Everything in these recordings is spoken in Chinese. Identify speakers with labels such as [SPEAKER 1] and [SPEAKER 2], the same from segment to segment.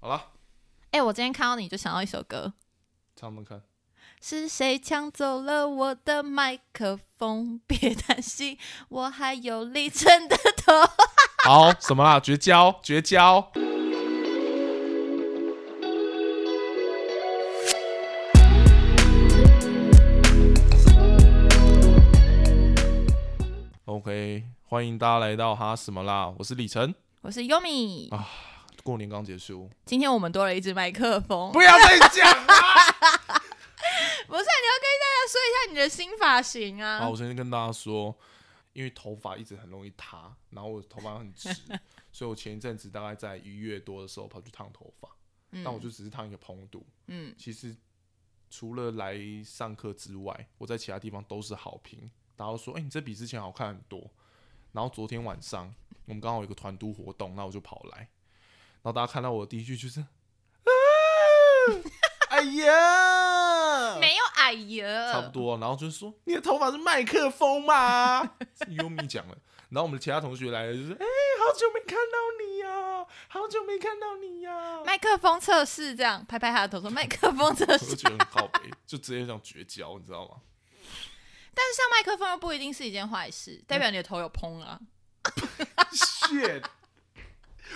[SPEAKER 1] 好了，
[SPEAKER 2] 哎、我今天看到你就想到一首歌，
[SPEAKER 1] 唱我们看。
[SPEAKER 2] 是谁抢走了我的麦克风？ 别担心，我还有李晨的头。
[SPEAKER 1] 好，什么啦？绝交，绝交。OK，欢迎大家来到哈什么啦？我是李晨。
[SPEAKER 2] 我是 Yumi，、
[SPEAKER 1] 啊过年刚结束，
[SPEAKER 2] 今天我们多了一支麦克风。
[SPEAKER 1] 不要再讲啦！
[SPEAKER 2] 不是，啊你要跟大家说一下你的新发型啊。
[SPEAKER 1] 好，我先跟大家说，因为头发一直很容易塌，然后我头发很 直，所以我前一阵子大概在一月多的时候跑去烫头发，
[SPEAKER 2] 嗯
[SPEAKER 1] 但我就只是烫一个蓬度，
[SPEAKER 2] 嗯，
[SPEAKER 1] 其实除了来上课之外，我在其他地方都是好评，然后说，哎、你这比之前好看很多。然后昨天晚上我们刚好有一个团督活动，那我就跑来，然后大家看到我的第一句就是，啊， 哎呀，
[SPEAKER 2] 没有矮呀，
[SPEAKER 1] 差不。多，然后就是说你的头发是麦克风吗？是优米讲了，然后我们其他同学来了就是，哎、好久没看到你呀、好久没看到你哦呀、
[SPEAKER 2] 麦克风测试这样，拍拍他的头说麦克风测
[SPEAKER 1] 我就
[SPEAKER 2] 试，
[SPEAKER 1] 觉得很靠北，就直接想绝交，你知道吗？
[SPEAKER 2] 但是上麦克风又不一定是一件坏事，代表你的头有蓬啊。
[SPEAKER 1] shit！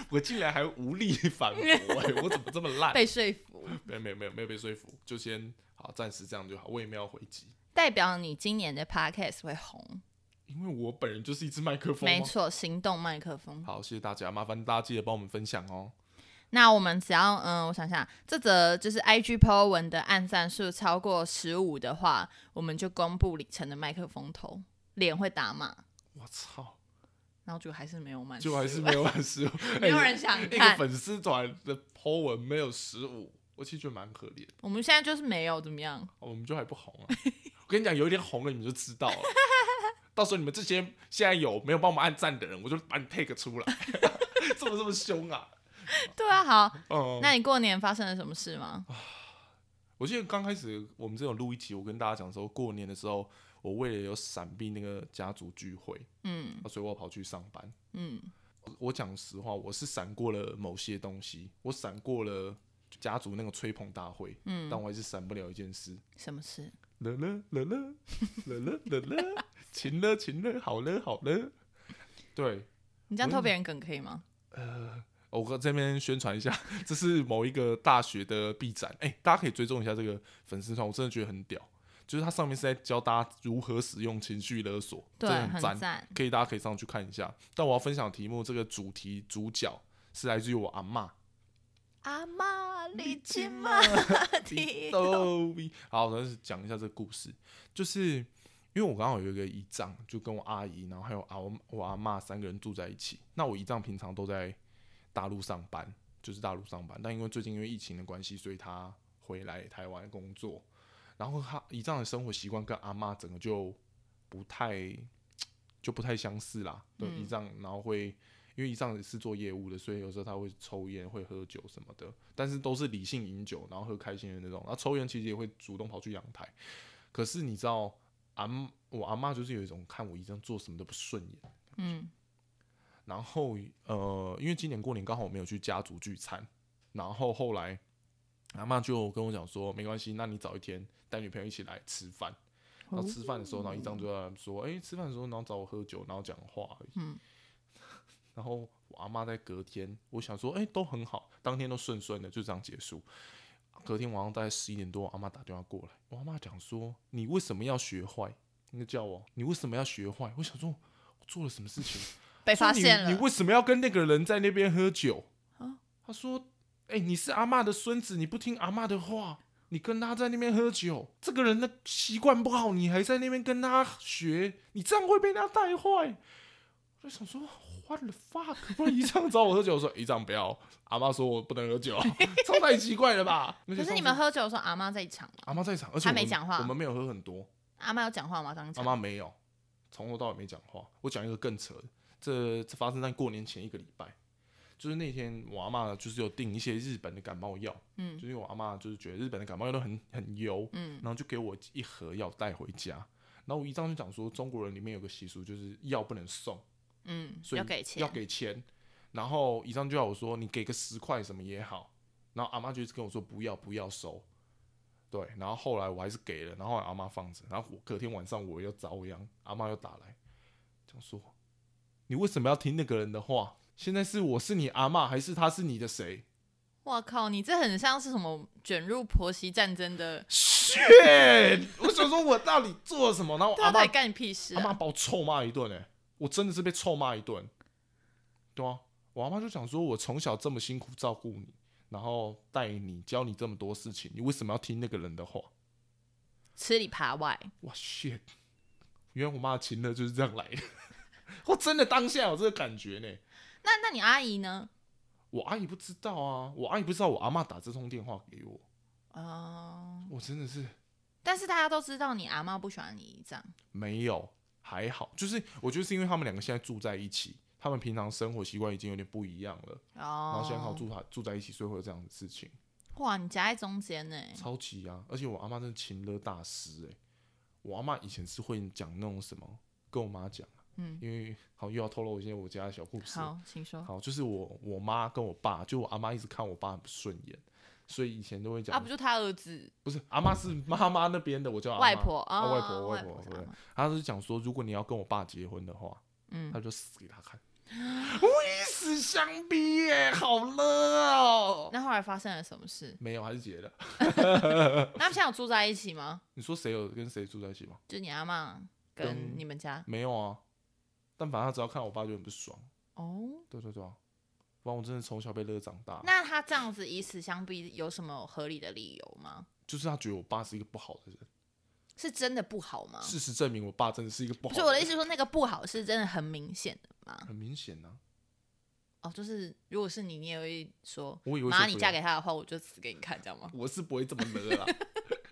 [SPEAKER 1] 我竟然还无力反驳、哎，我怎么这么烂？
[SPEAKER 2] 被说 服，
[SPEAKER 1] 没有没有没有没有被说服，就先好，暂时这样就好，我也没有要回击，
[SPEAKER 2] 代表你今年的 podcast 会红。
[SPEAKER 1] 因为我本人就是一只麦克风嘛。
[SPEAKER 2] 没错，行动麦克风。
[SPEAKER 1] 好，谢谢大家，麻烦大家记得帮我们分享哦。
[SPEAKER 2] 那我们只要嗯，我想想，这则就是 IG po 文的按赞数超过十五的话，我们就公布李晨的麦克风头，脸会打码，
[SPEAKER 1] 我操，
[SPEAKER 2] 然后就还是没有满15，
[SPEAKER 1] 就还是没有满十五，
[SPEAKER 2] 没有人想
[SPEAKER 1] 哎一个
[SPEAKER 2] 看。
[SPEAKER 1] 粉丝团的 po 文没有十五，我其实觉得蛮可怜，
[SPEAKER 2] 我们现在就是没有怎么样，
[SPEAKER 1] 我们就还不红啊。 我跟你讲，有一天红了你们就知道了， 到时候你们这些现在有没有帮我们按赞的人，我就把你 take 出来， 这么这么凶啊？
[SPEAKER 2] 对啊，好，
[SPEAKER 1] 嗯，
[SPEAKER 2] 那你过年发生了什么事吗？
[SPEAKER 1] 我记得刚开始我们这有录一集，我跟大家讲说，过年的时候，我为了有闪避那个家族聚会，
[SPEAKER 2] 嗯
[SPEAKER 1] 啊所以我跑去上班。
[SPEAKER 2] 嗯，
[SPEAKER 1] 我讲实话，我是闪过了某些东西，我闪过了家族那个吹捧大会，
[SPEAKER 2] 嗯
[SPEAKER 1] 但我还是闪不了一件事，
[SPEAKER 2] 什么事？
[SPEAKER 1] 了了了了了了了了，晴了晴了，好了好了，对。
[SPEAKER 2] 你这样偷别人梗可以吗？
[SPEAKER 1] 我哥这边宣传一下，这是某一个大学的毕展，哎、大家可以追踪一下这个粉丝团，我真的觉得很屌，就是它上面是在教大家如何使用情绪勒索，
[SPEAKER 2] 对，
[SPEAKER 1] 真的很
[SPEAKER 2] 很
[SPEAKER 1] 赞，
[SPEAKER 2] 赞。
[SPEAKER 1] 可以大家可以上去看一下。但我要分享的题目，这个主题主角是来自于我阿嬷。
[SPEAKER 2] 阿玛里奇玛提多，
[SPEAKER 1] 都比好，我是讲一下这个故事，就是因为我刚好有一个姨丈，就跟我阿姨，然后还有啊我我阿妈三个人住在一起。那我姨丈平常都在大陆上班，就是大陆上班，但因为最近因为疫情的关系，所以他回来台湾工作。然后他姨丈的生活习惯跟阿妈整个就不太就不太相似啦。对，
[SPEAKER 2] 嗯
[SPEAKER 1] 姨丈然后会因为姨丈是做业务的，所以有时候他会抽烟、会喝酒什么的，但是都是理性饮酒，然后喝开心的那种。然后抽烟其实也会主动跑去阳台，可是你知道阿嬷我阿妈就是有一种看我姨丈做什么都不顺眼。
[SPEAKER 2] 嗯
[SPEAKER 1] 然后呃，因为今年过年刚好我没有去家族聚餐，然后后来阿妈就跟我讲说，没关系，那你找一天带女朋友一起来吃饭。然后吃饭的时候，然后一张就在说，哎、吃饭的时候，然后找我喝酒，然后讲话而已。
[SPEAKER 2] 嗯
[SPEAKER 1] 然后我阿妈在隔天，我想说，哎、都很好，当天都顺顺的，就这样结束。隔天晚上大概十一点多，我阿妈打电话过来，我阿妈讲说，你为什么要学坏？那叫我，你为什么要学坏？我想说，我做了什么事情？
[SPEAKER 2] 被
[SPEAKER 1] 哎说
[SPEAKER 2] 发现
[SPEAKER 1] 你。
[SPEAKER 2] 了
[SPEAKER 1] 你。为什么要跟那个人在那边喝酒？
[SPEAKER 2] 啊
[SPEAKER 1] 他说：“哎、你是阿嬷的孙子，你不听阿嬷的话，你跟他在那边喝酒，这个人的习惯不好，你还在那边跟他学，你这样会被他带坏。”我就想说，what the fuck？不然姨丈找我喝酒，我说姨丈不要，阿妈说我不能喝酒，啊 超太奇怪了吧？
[SPEAKER 2] 可是你们喝酒的时候，阿妈在场吗？
[SPEAKER 1] 阿妈在场，而且
[SPEAKER 2] 她没
[SPEAKER 1] 我们
[SPEAKER 2] 讲话
[SPEAKER 1] 我们没有喝很多，
[SPEAKER 2] 阿妈有讲话吗？刚
[SPEAKER 1] 阿
[SPEAKER 2] 才
[SPEAKER 1] 妈没有，从头到尾没讲话。我讲一个更扯的，这这发生在过年前一个礼拜，就是那天我阿妈就是有订一些日本的感冒药，
[SPEAKER 2] 嗯
[SPEAKER 1] 就是因为我阿妈就是觉得日本的感冒药都很很油，
[SPEAKER 2] 嗯
[SPEAKER 1] 然后就给我一盒药带回家。然后我姨丈就讲说，中国人里面有个习俗，就是药不能送，
[SPEAKER 2] 嗯，
[SPEAKER 1] 所以
[SPEAKER 2] 要给钱，
[SPEAKER 1] 要给钱。然后姨丈就要我说，你给个十块什么也好，然后阿妈就一直跟我说不要不要收，对，然后后来我还是给了，然后后来阿妈放着，然后我隔天晚上我又遭殃，阿妈又打来，讲说你为什么要听那个人的话？现在是我是你阿妈，还是他是你 的谁？
[SPEAKER 2] 哇靠，你这很像是什么卷入婆媳战争的，
[SPEAKER 1] shit！我想说我到底做了什么？然后我
[SPEAKER 2] 对啊，
[SPEAKER 1] 阿
[SPEAKER 2] 到
[SPEAKER 1] 妈
[SPEAKER 2] 底干你屁事
[SPEAKER 1] 阿妈
[SPEAKER 2] 啊？
[SPEAKER 1] 把我臭骂一顿，哎，我真的是被臭骂一顿。对啊，我阿妈就想说，我从小这么辛苦照顾你，然后带你教你这么多事情，你为什么要听那个人的话？
[SPEAKER 2] 吃里扒外，
[SPEAKER 1] 哇 shit！原来我妈的情乐就是这样来的。 我真的当下有这个感觉呢。
[SPEAKER 2] 那那你阿姨呢？
[SPEAKER 1] 我阿姨不知道啊，我阿姨不知道我阿妈打这通电话给我，
[SPEAKER 2] 哦、
[SPEAKER 1] 我真的是
[SPEAKER 2] 但是大家都知道你阿妈不喜欢你姨丈，
[SPEAKER 1] 没有，还好，就是我觉得是因为他们两个现在住在一起，他们平常生活习惯已经有点不一样了，然
[SPEAKER 2] 哦
[SPEAKER 1] 后，现在刚好住他住在一起，所以会有这样的事情，
[SPEAKER 2] 哇，你夹在中间呢，
[SPEAKER 1] 超级啊！而且我阿妈真的情勒大师哎、我阿妈以前是会讲那种什么，跟我妈讲，啊
[SPEAKER 2] 嗯，
[SPEAKER 1] 因为好又要透露一些我家的小故事，
[SPEAKER 2] 好，请说。
[SPEAKER 1] 好，就是我我妈跟我爸，就我阿妈一直看我爸很不顺眼，所以以前都会讲，
[SPEAKER 2] 啊，不就他儿子、
[SPEAKER 1] 不是阿妈是妈妈那边的，我叫阿妈
[SPEAKER 2] 外，婆
[SPEAKER 1] 啊
[SPEAKER 2] 啊，
[SPEAKER 1] 外婆
[SPEAKER 2] 外
[SPEAKER 1] 外婆
[SPEAKER 2] 是
[SPEAKER 1] 对
[SPEAKER 2] 阿嬷
[SPEAKER 1] 她就是讲说，如果你要跟我爸结婚的话，
[SPEAKER 2] 嗯，
[SPEAKER 1] 他就死给他看， 我以死相逼耶，好了哦，
[SPEAKER 2] 那后来发生了什么事？
[SPEAKER 1] 没有还是结了。
[SPEAKER 2] 那他们现在有住在一起吗？
[SPEAKER 1] 你说谁有跟谁住在一起吗？
[SPEAKER 2] 就你阿妈跟
[SPEAKER 1] 跟
[SPEAKER 2] 你们家？
[SPEAKER 1] 没有啊，但反正他只要看我爸就很不爽，
[SPEAKER 2] 哦，
[SPEAKER 1] 对对对啊，不然我真的从小被勒长大，
[SPEAKER 2] 那他这样子以死相逼，有什么合理的理由吗？
[SPEAKER 1] 就是他觉得我爸是一个不好的人，
[SPEAKER 2] 是真的不好吗？
[SPEAKER 1] 事实证明我爸真的是一个
[SPEAKER 2] 不
[SPEAKER 1] 不好
[SPEAKER 2] 哦是
[SPEAKER 1] 人，
[SPEAKER 2] 我的意思，说那个不好是真的很明显的吗？
[SPEAKER 1] 很明显啊，
[SPEAKER 2] 哦，就是如果是你，你也会说，
[SPEAKER 1] 我以为
[SPEAKER 2] 妈，
[SPEAKER 1] 说
[SPEAKER 2] 你
[SPEAKER 1] 不
[SPEAKER 2] 嫁
[SPEAKER 1] 要
[SPEAKER 2] 给他的话，我就死给你看，这样吗？
[SPEAKER 1] 我是不会这么勒啦，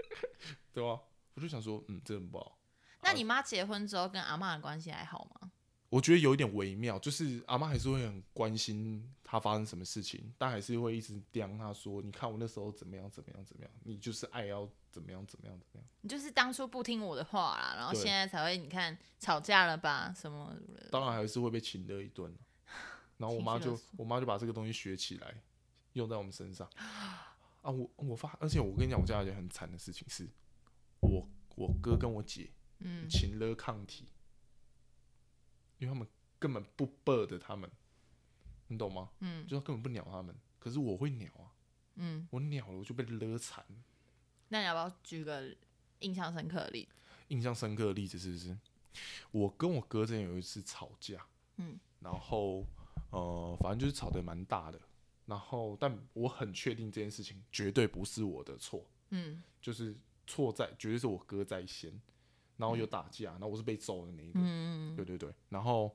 [SPEAKER 1] 对吧、我就想说，嗯，这很不好。
[SPEAKER 2] 那你妈结婚之后跟阿嬷的关系还好吗？
[SPEAKER 1] 我觉得有一点微妙，就是阿妈还是会很关心她发生什么事情，但还是会一直刁她说：“你看我那时候怎么样怎么样怎么样，你就是爱要怎么样怎么样怎么样。
[SPEAKER 2] 你就是当初不听我的话啦，然后
[SPEAKER 1] 对
[SPEAKER 2] 现在才会你看吵架了吧什么的”
[SPEAKER 1] 当然还是会被请了一顿。啊然后我妈
[SPEAKER 2] 情绪勒
[SPEAKER 1] 就
[SPEAKER 2] 索
[SPEAKER 1] 我妈就把这个东西学起来，用在我们身上。啊，我我发，而且我跟你讲，我家有一件很惨的事情是，我我哥跟我姐
[SPEAKER 2] 嗯，
[SPEAKER 1] 情勒抗体，因为他们根本不 bird 他们，你懂吗？
[SPEAKER 2] 嗯
[SPEAKER 1] 就是他根本不鸟他们，可是我会鸟啊。
[SPEAKER 2] 嗯，
[SPEAKER 1] 我鸟了，我就被勒惨。
[SPEAKER 2] 那你要不要举个印象深刻的例子？
[SPEAKER 1] 印象深刻的例子是不是？我跟我哥之前有一次吵架，
[SPEAKER 2] 嗯，
[SPEAKER 1] 然后呃，反正就是吵得蛮大的。然后，但我很确定这件事情绝对不是我的错，
[SPEAKER 2] 嗯
[SPEAKER 1] 就是错在绝对是我哥在先，然后又打架，然后我是被揍的那一个。
[SPEAKER 2] 嗯，
[SPEAKER 1] 对对对，然后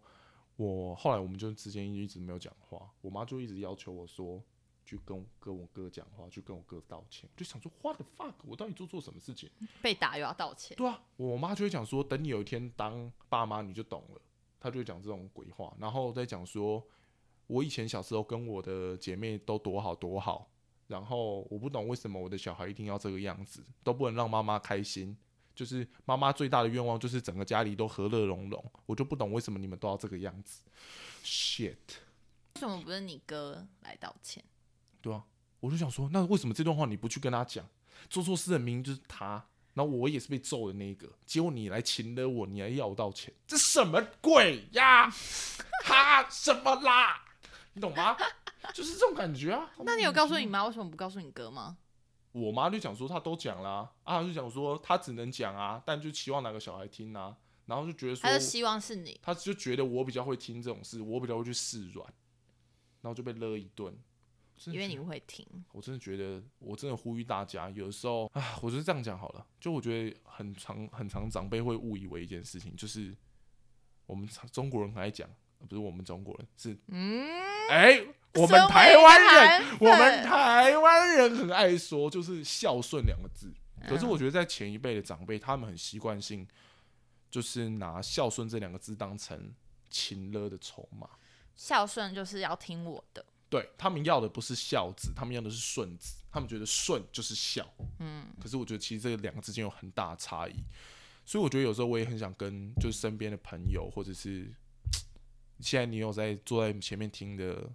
[SPEAKER 1] 我后来我们就之间一直没有讲话，我妈就一直要求我说去跟我跟我哥讲话，去跟我哥道歉。就想说，what the fuck，我到底做错什么事情？
[SPEAKER 2] 被打又要道歉，
[SPEAKER 1] 对啊，我妈就会讲说，等你有一天当爸妈你就懂了，她就会讲这种鬼话，然后再讲说，我以前小时候跟我的姐妹都多好多好，然后我不懂为什么我的小孩一定要这个样子，都不能让妈妈开心。就是妈妈最大的愿望就是整个家里都和乐融融，我就不懂为什么你们都要这个样子。shit，
[SPEAKER 2] 为什么不是你哥来道歉？
[SPEAKER 1] 对啊，我就想说，那为什么这段话你不去跟他讲？做错事的明明就是他，然后我也是被揍的那一个，结果你来擒了我，你来要我道歉，这什么鬼呀？ 哈，什么啦？你懂吗？就是这种感觉啊。嗯
[SPEAKER 2] 那你有告诉你妈为什么不告诉你哥吗？
[SPEAKER 1] 我妈就讲说，她都讲啦，啊，她就讲说她只能讲啊，但就期望哪个小孩听啊，然后就觉得说
[SPEAKER 2] 他就，希望是你，
[SPEAKER 1] 她就觉得我比较会听这种事，我比较会去示软，然后就被勒一顿。真
[SPEAKER 2] 因
[SPEAKER 1] 的
[SPEAKER 2] 为
[SPEAKER 1] 觉
[SPEAKER 2] 你
[SPEAKER 1] 得
[SPEAKER 2] 会听，
[SPEAKER 1] 我真的觉得，我真的呼吁大家，有的时候啊，我就是这样讲好了。就我觉得很常很常长辈会误以为一件事情，就是我们常中国人很爱讲，呃不是我们中国人，是
[SPEAKER 2] 嗯，
[SPEAKER 1] 哎、我
[SPEAKER 2] 身
[SPEAKER 1] 们
[SPEAKER 2] 为
[SPEAKER 1] 台湾
[SPEAKER 2] 韩
[SPEAKER 1] 人，
[SPEAKER 2] 粉
[SPEAKER 1] 我们台湾人很爱说就是孝顺两个字。可
[SPEAKER 2] 嗯
[SPEAKER 1] 是我觉得在前一辈的长辈，他们很习惯性就是拿孝顺这两个字当成情勒的筹码。
[SPEAKER 2] 孝顺就是要听我的，
[SPEAKER 1] 对他们要的不是孝子，他们要的是顺子。他们觉得顺就是孝，
[SPEAKER 2] 嗯，
[SPEAKER 1] 可是我觉得其实这两个之间有很大的差异，所以我觉得有时候我也很想跟就是身边的朋友，或者是现在你有在坐在前面听的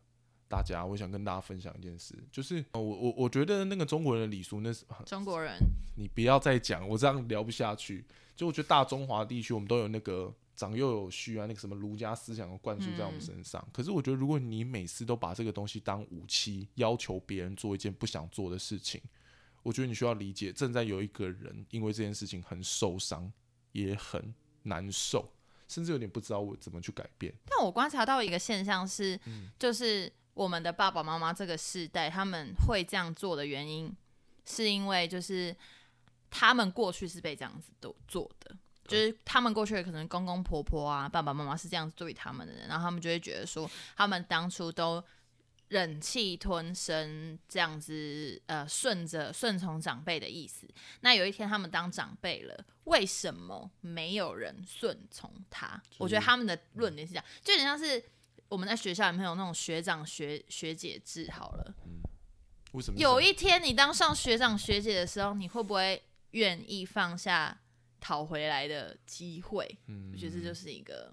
[SPEAKER 1] 大家，我想跟大家分享一件事，就是呃我我我觉得那个中国人的礼俗，那是
[SPEAKER 2] 中国人
[SPEAKER 1] 你不要再讲，我这样聊不下去。就我觉得大中华地区，我们都有那个长幼有序啊，那个什么儒家思想的灌输在
[SPEAKER 2] 嗯
[SPEAKER 1] 我们身上。可是我觉得，如果你每次都把这个东西当武器，要求别人做一件不想做的事情，我觉得你需要理解，正在有一个人因为这件事情很受伤，也很难受，甚至有点不知道我怎么去改变。
[SPEAKER 2] 但我观察到一个现象是，就是我们的爸爸妈妈这个世代，他们会这样做的原因，是因为就是他们过去是被这样子都做的，就
[SPEAKER 1] 对
[SPEAKER 2] 是他们过去可能公公婆婆啊、爸爸妈妈是这样子对他们的人，然后他们就会觉得说，他们当初都忍气吞声，这样子呃顺着顺从长辈的意思。那有一天他们当长辈了，为什么没有人顺从他？
[SPEAKER 1] 是
[SPEAKER 2] 我觉得他们的论点是这样，就有点像是我们在学校里面有那种学长学学姐制好了。
[SPEAKER 1] 为什么
[SPEAKER 2] 有一天你当上学长学姐的时候，你会不会愿意放下讨回来的机会？
[SPEAKER 1] 嗯
[SPEAKER 2] 我觉得这就是一个，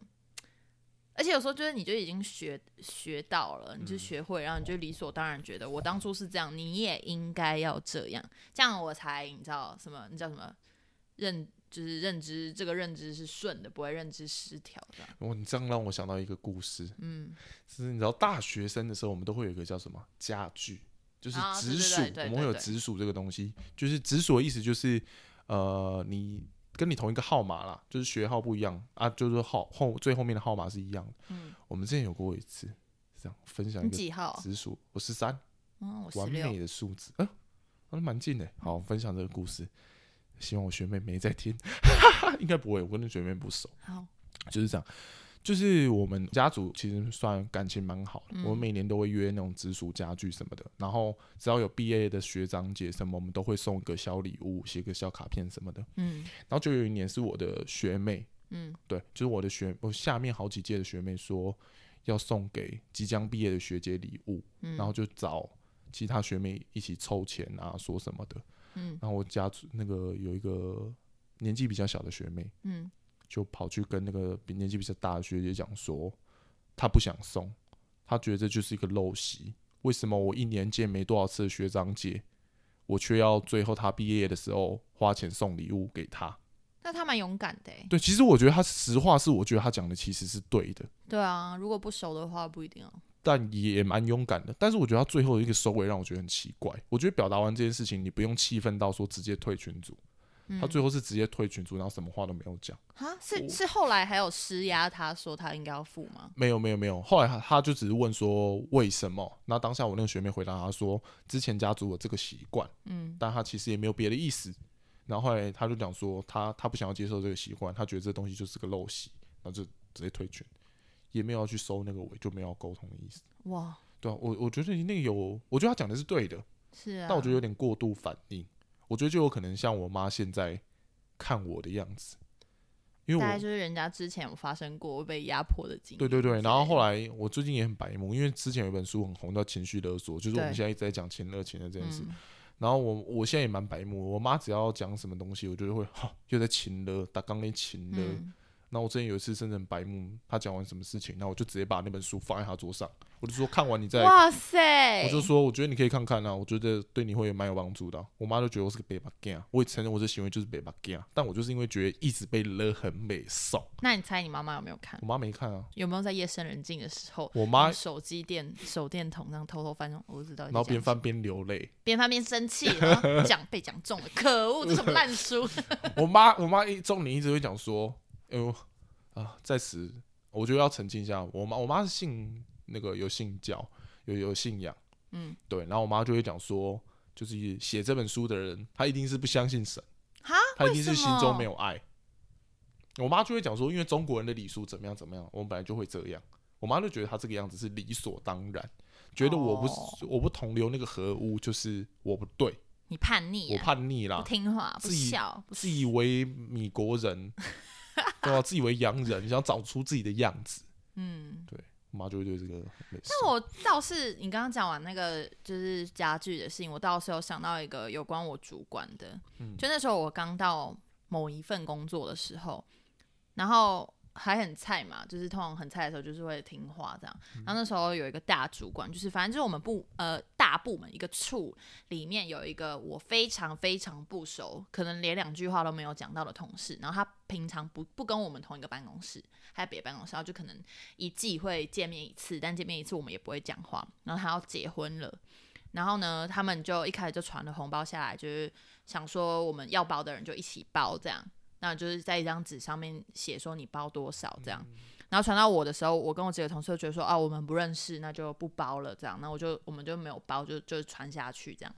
[SPEAKER 2] 而且有时候就是你就已经学学到了，你就学会，然后你就理所当然觉得我当初是这样，你也应该要这样，这样我才你知道什么？你叫什么认？就是认知，这个认知是顺的，不会认知失调的。
[SPEAKER 1] 哇，哦你这样让我想到一个故事，
[SPEAKER 2] 嗯，
[SPEAKER 1] 就是你知道大学生的时候，我们都会有一个叫什么家具，就是
[SPEAKER 2] 啊对
[SPEAKER 1] 直属，
[SPEAKER 2] 对对对
[SPEAKER 1] 我们会有
[SPEAKER 2] 对对
[SPEAKER 1] 直属这个东西，就是直属的意思就是呃，你跟你同一个号码啦，就是学号不一样啊，就是号后最后面的号码是一样的。
[SPEAKER 2] 嗯，
[SPEAKER 1] 我们之前有过一次这样分享一
[SPEAKER 2] 你
[SPEAKER 1] 个
[SPEAKER 2] 几号？
[SPEAKER 1] 直属，我十三，
[SPEAKER 2] 嗯，我十
[SPEAKER 1] 完
[SPEAKER 2] 六。
[SPEAKER 1] 美的数字，嗯、啊，蛮近的。好，分享这个故事，希望我学妹没在听， 应该不会，我跟那学妹不熟。
[SPEAKER 2] 好，
[SPEAKER 1] 就是这样。就是我们家族其实算感情蛮好的，
[SPEAKER 2] 嗯
[SPEAKER 1] 我们每年都会约那种直属家具什么的，然后只要有毕业的学长姐什么，我们都会送个小礼物，写个小卡片什么的。
[SPEAKER 2] 嗯
[SPEAKER 1] 然后就有一年是我的学妹，
[SPEAKER 2] 嗯，
[SPEAKER 1] 对，就是我的学我下面好几届的学妹说要送给即将毕业的学姐礼物，
[SPEAKER 2] 嗯
[SPEAKER 1] 然后就找其他学妹一起凑钱啊，说什么的。
[SPEAKER 2] 嗯
[SPEAKER 1] 然后我家族那个有一个年纪比较小的学妹，
[SPEAKER 2] 嗯
[SPEAKER 1] 就跑去跟那个比年纪比较大的学姐讲说，她不想送，她觉得这就是一个陋习。为什么我一年见没多少次的学长姐，我却要最后她毕业的时候花钱送礼物给她？
[SPEAKER 2] 那他蛮勇敢的欸
[SPEAKER 1] 对，其实我觉得她实话是，我觉得她讲的其实是对的，
[SPEAKER 2] 对啊，如果不熟的话不一定哦。
[SPEAKER 1] 但也蛮勇敢的。但是我觉得她最后的一个收尾让我觉得很奇怪。我觉得表达完这件事情，你不用气愤到说直接退群组，
[SPEAKER 2] 嗯
[SPEAKER 1] 她最后是直接退群组，然后什么话都没有讲。
[SPEAKER 2] 啊，是
[SPEAKER 1] 我
[SPEAKER 2] 是后来还有施压他说他应该要付吗？
[SPEAKER 1] 没有没有没有，后来他他就只是问说为什么？那当下我那个学妹回答他说，之前家族有这个习惯，
[SPEAKER 2] 嗯
[SPEAKER 1] 但他其实也没有别的意思。然后后来他就讲说，他他不想要接受这个习惯，他觉得这东西就是个陋习，然后就直接退群，也没有要去收那个尾，就没有要沟通的意思。
[SPEAKER 2] 哇，
[SPEAKER 1] 对啊，我我觉得那个有，我觉得他讲的是对的，
[SPEAKER 2] 是啊。
[SPEAKER 1] 但我觉得有点过度反应。我觉得就有可能像我妈现在看我的样子，因为
[SPEAKER 2] 大概
[SPEAKER 1] 我
[SPEAKER 2] 就是人家之前有发生过被压迫的经历。
[SPEAKER 1] 对对对，然后后
[SPEAKER 2] 来
[SPEAKER 1] 来我最近也很白目，因为之前有一本书很红叫《情绪勒索》，就是我们
[SPEAKER 2] 对
[SPEAKER 1] 现在一直在讲情勒情勒这件事。
[SPEAKER 2] 嗯
[SPEAKER 1] 然后我我现在也蛮白目，我妈只要讲什么东西，我就会哈、又在情勒，打刚那情勒。
[SPEAKER 2] 嗯，
[SPEAKER 1] 那、我之前有一次真的很白目，她讲完什么事情，那我就直接把那本书放在她桌上，我就说看完你再，
[SPEAKER 2] 哇塞，
[SPEAKER 1] 我就说我觉得你可以看看啊，我觉得对你会蛮有帮助的啊、我妈就觉得我是个北巴 gay 啊，我也承认我这行为就是北巴 gay 啊，但我就是因为觉得一直被勒很美送，
[SPEAKER 2] 那你猜你妈妈有没有看？
[SPEAKER 1] 我妈没看啊，
[SPEAKER 2] 有没有在夜深人静的时候，
[SPEAKER 1] 我妈
[SPEAKER 2] 用手机电手电筒这样偷偷翻我儿子到底在
[SPEAKER 1] 然后
[SPEAKER 2] 讲什
[SPEAKER 1] 边
[SPEAKER 2] 么
[SPEAKER 1] 翻边流泪。
[SPEAKER 2] 边翻边生气，然 后讲被讲中了，可恶，这什么烂书？
[SPEAKER 1] 我妈，我妈一中年一直会讲说，哎呦啊，在此我觉得要澄清一下，我妈我妈是信那个有信教，有有信仰，
[SPEAKER 2] 嗯，
[SPEAKER 1] 对，然后我妈就会讲说，就是写这本书的人，他一定是不相信神，
[SPEAKER 2] 哈，
[SPEAKER 1] 他一定是
[SPEAKER 2] 为什
[SPEAKER 1] 心
[SPEAKER 2] 么
[SPEAKER 1] 中没有爱。我妈就会讲说，因为中国人的礼俗怎么样怎么样，我们本来就会这样。我妈就觉得她这个样子是理所当然，觉得我不、
[SPEAKER 2] 哦
[SPEAKER 1] 我不同流那个合污，就是我不对，
[SPEAKER 2] 你叛逆
[SPEAKER 1] 我
[SPEAKER 2] 啊，
[SPEAKER 1] 叛逆啦，
[SPEAKER 2] 不听话，不
[SPEAKER 1] 自己
[SPEAKER 2] 孝，不
[SPEAKER 1] 自以为米国 人，对吧、自以为洋人，想找出自己的样子。
[SPEAKER 2] 嗯。
[SPEAKER 1] 我妈就会对这个很类似。
[SPEAKER 2] 但我倒是，你刚刚讲完那个就是家具的事情，我倒是有想到一个有关我主管的。就那时候我刚到某一份工作的时候，然后还很菜嘛，就是通常很菜的时候就是会听话这样。然后那时候有一个大主管，就是反正就是我们部呃大部门一个处里面有一个我非常非常不熟，可能连两句话都没有讲到的同事。然后他平常不不跟我们同一个办公室，还有别的办公室，然后就可能一季会见面一次，但见面一次我们也不会讲话。然后他要结婚了。然后呢，他们就一开始就传了红包下来，就是想说我们要包的人就一起包这样。那就是在一张纸上面写说你包多少这样。然后传到我的时候，我跟我几个同事就觉得说啊，我们不认识，那就不包了这样。那我就我们就没有包，就就传下去这样。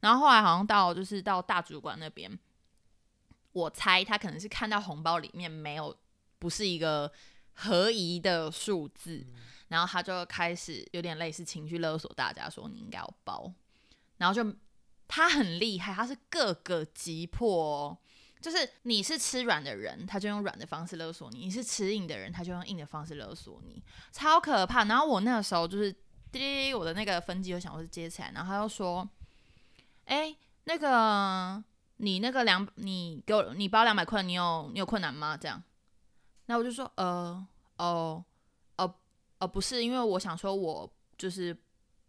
[SPEAKER 2] 然后后来好像到就是到大主管那边，我猜他可能是看到红包里面没有不是一个合宜的数字，然后他就开始有点类似情绪勒索大家说你应该要包，然后就他很厉害，他是各个击破哦。就是你是吃软的人，他就用软的方式勒索你；你是吃硬的人，他就用硬的方式勒索你，超可怕。然后我那个时候就是滴滴滴，我的那个分机就想我是接起来，然后他又说：“哎、那个你那个两，你给我你包两百块，你有你有困难吗？”这样，那我就说：“呃，哦，哦，哦，不是，因为我想说我就是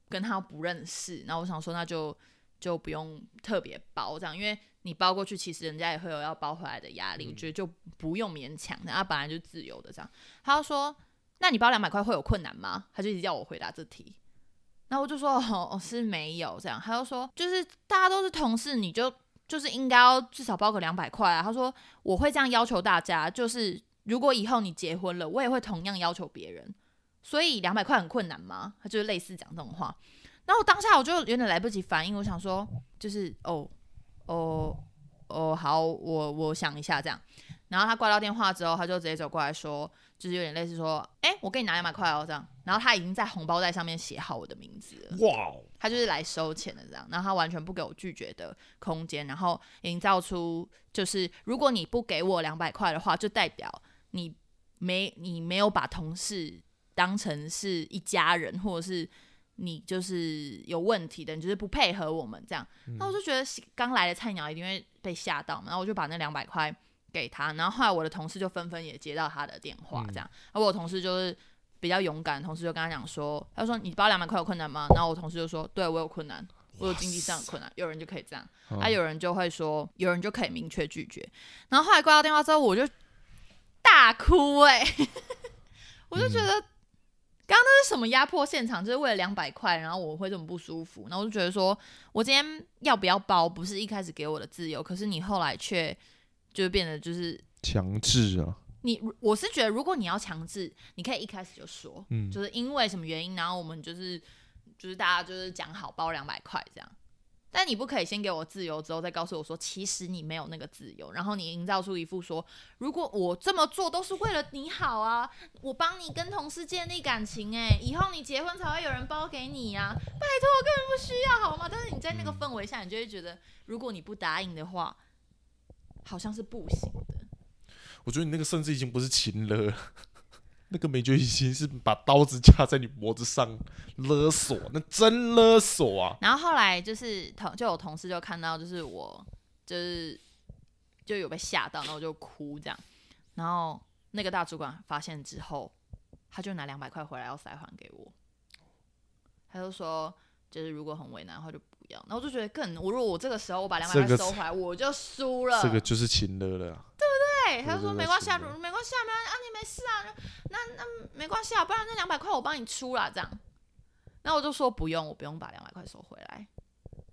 [SPEAKER 2] 跟他不认识，然后我想说那就就不用特别包这样，因为。”你包过去，其实人家也会有要包回来的压力，我觉得就不用勉强的，他本来就自由的这样。他就说：“那你包两百块会有困难吗？”他就一直要我回答这题，然后我就说：“哦，哦是没有这样。”他就说：“就是大家都是同事，你就就是应该要至少包个两百块啊。”他说：“我会这样要求大家，就是如果以后你结婚了，我也会同样要求别人，所以两百块很困难吗？”他就是类似讲这种话。然后我当下我就有点来不及反应，我想说就是哦哦哦，好，我我想一下这样。然后他挂掉电话之后，他就直接走过来说，就是有点类似说，哎、我给你拿两百块哦这样。然后他已经在红包袋上面写好我的名字了。
[SPEAKER 1] 哇哦，
[SPEAKER 2] 他就是来收钱的这样，然后他完全不给我拒绝的空间，然后营造出就是如果你不给我两百块的话，就代表你没你没有把同事当成是一家人，或者是你就是有问题的，你就是不配合我们这样。那我就觉得刚来的菜鸟一定会被吓到嘛，然后我就把那两百块给他，然后后来我的同事就纷纷也接到他的电话这样，而我同事就是。比较勇敢，同事就跟他讲说，他说你包两百块有困难吗？然后我同事就说，对我有困难，我有经济上的困难。有人就可以这样，
[SPEAKER 1] 嗯
[SPEAKER 2] 啊，有人就会说，有人就可以明确拒绝。然后后来挂掉电话之后，我就大哭哎、 我就觉得。刚刚那是什么压迫现场？就是为了两百块，然后我会这么不舒服，然后我就觉得说，我今天要不要包，不是一开始给我的自由，可是你后来却就变得就是
[SPEAKER 1] 强制啊，
[SPEAKER 2] 你，我是觉得如果你要强制，你可以一开始就说，
[SPEAKER 1] 嗯，
[SPEAKER 2] 就是因为什么原因，然后我们就是就是大家就是讲好包两百块这样，但你不可以先给我自由之后再告诉我说，其实你没有那个自由，然后你营造出一副说，如果我这么做都是为了你好啊，我帮你跟同事建立感情、欸，以后你结婚才会有人包给你呀、啊，拜托，我根本不需要好吗？但是你在那个氛围下，你就会觉得，如果你不答应的话，好像是不行的。
[SPEAKER 1] 我觉得你那个甚至已经不是情勒 了，那个美觉已经是把刀子架在你脖子上勒索，那真勒索啊！
[SPEAKER 2] 然后后来就是同就有同事就看到，就是我就是就有被吓到，然后我就哭这样。然后那个大主管发现之后，他就拿两百块回来要塞还给我，他就说就是如果很为难的话就不要。然后我就觉得更，我如果我这个时候我把两百
[SPEAKER 1] 这
[SPEAKER 2] 块
[SPEAKER 1] 个
[SPEAKER 2] 收回来，我就输了。
[SPEAKER 1] 这个就是情勒了啊、
[SPEAKER 2] 对，他就说
[SPEAKER 1] 这个
[SPEAKER 2] 没关系啊，
[SPEAKER 1] 是的
[SPEAKER 2] 没关系啊，没关系啊，你没事啊，那那没关系啊，不然那两百块我帮你出啦，这样。然后我就说不用，我不用把两百块收回来，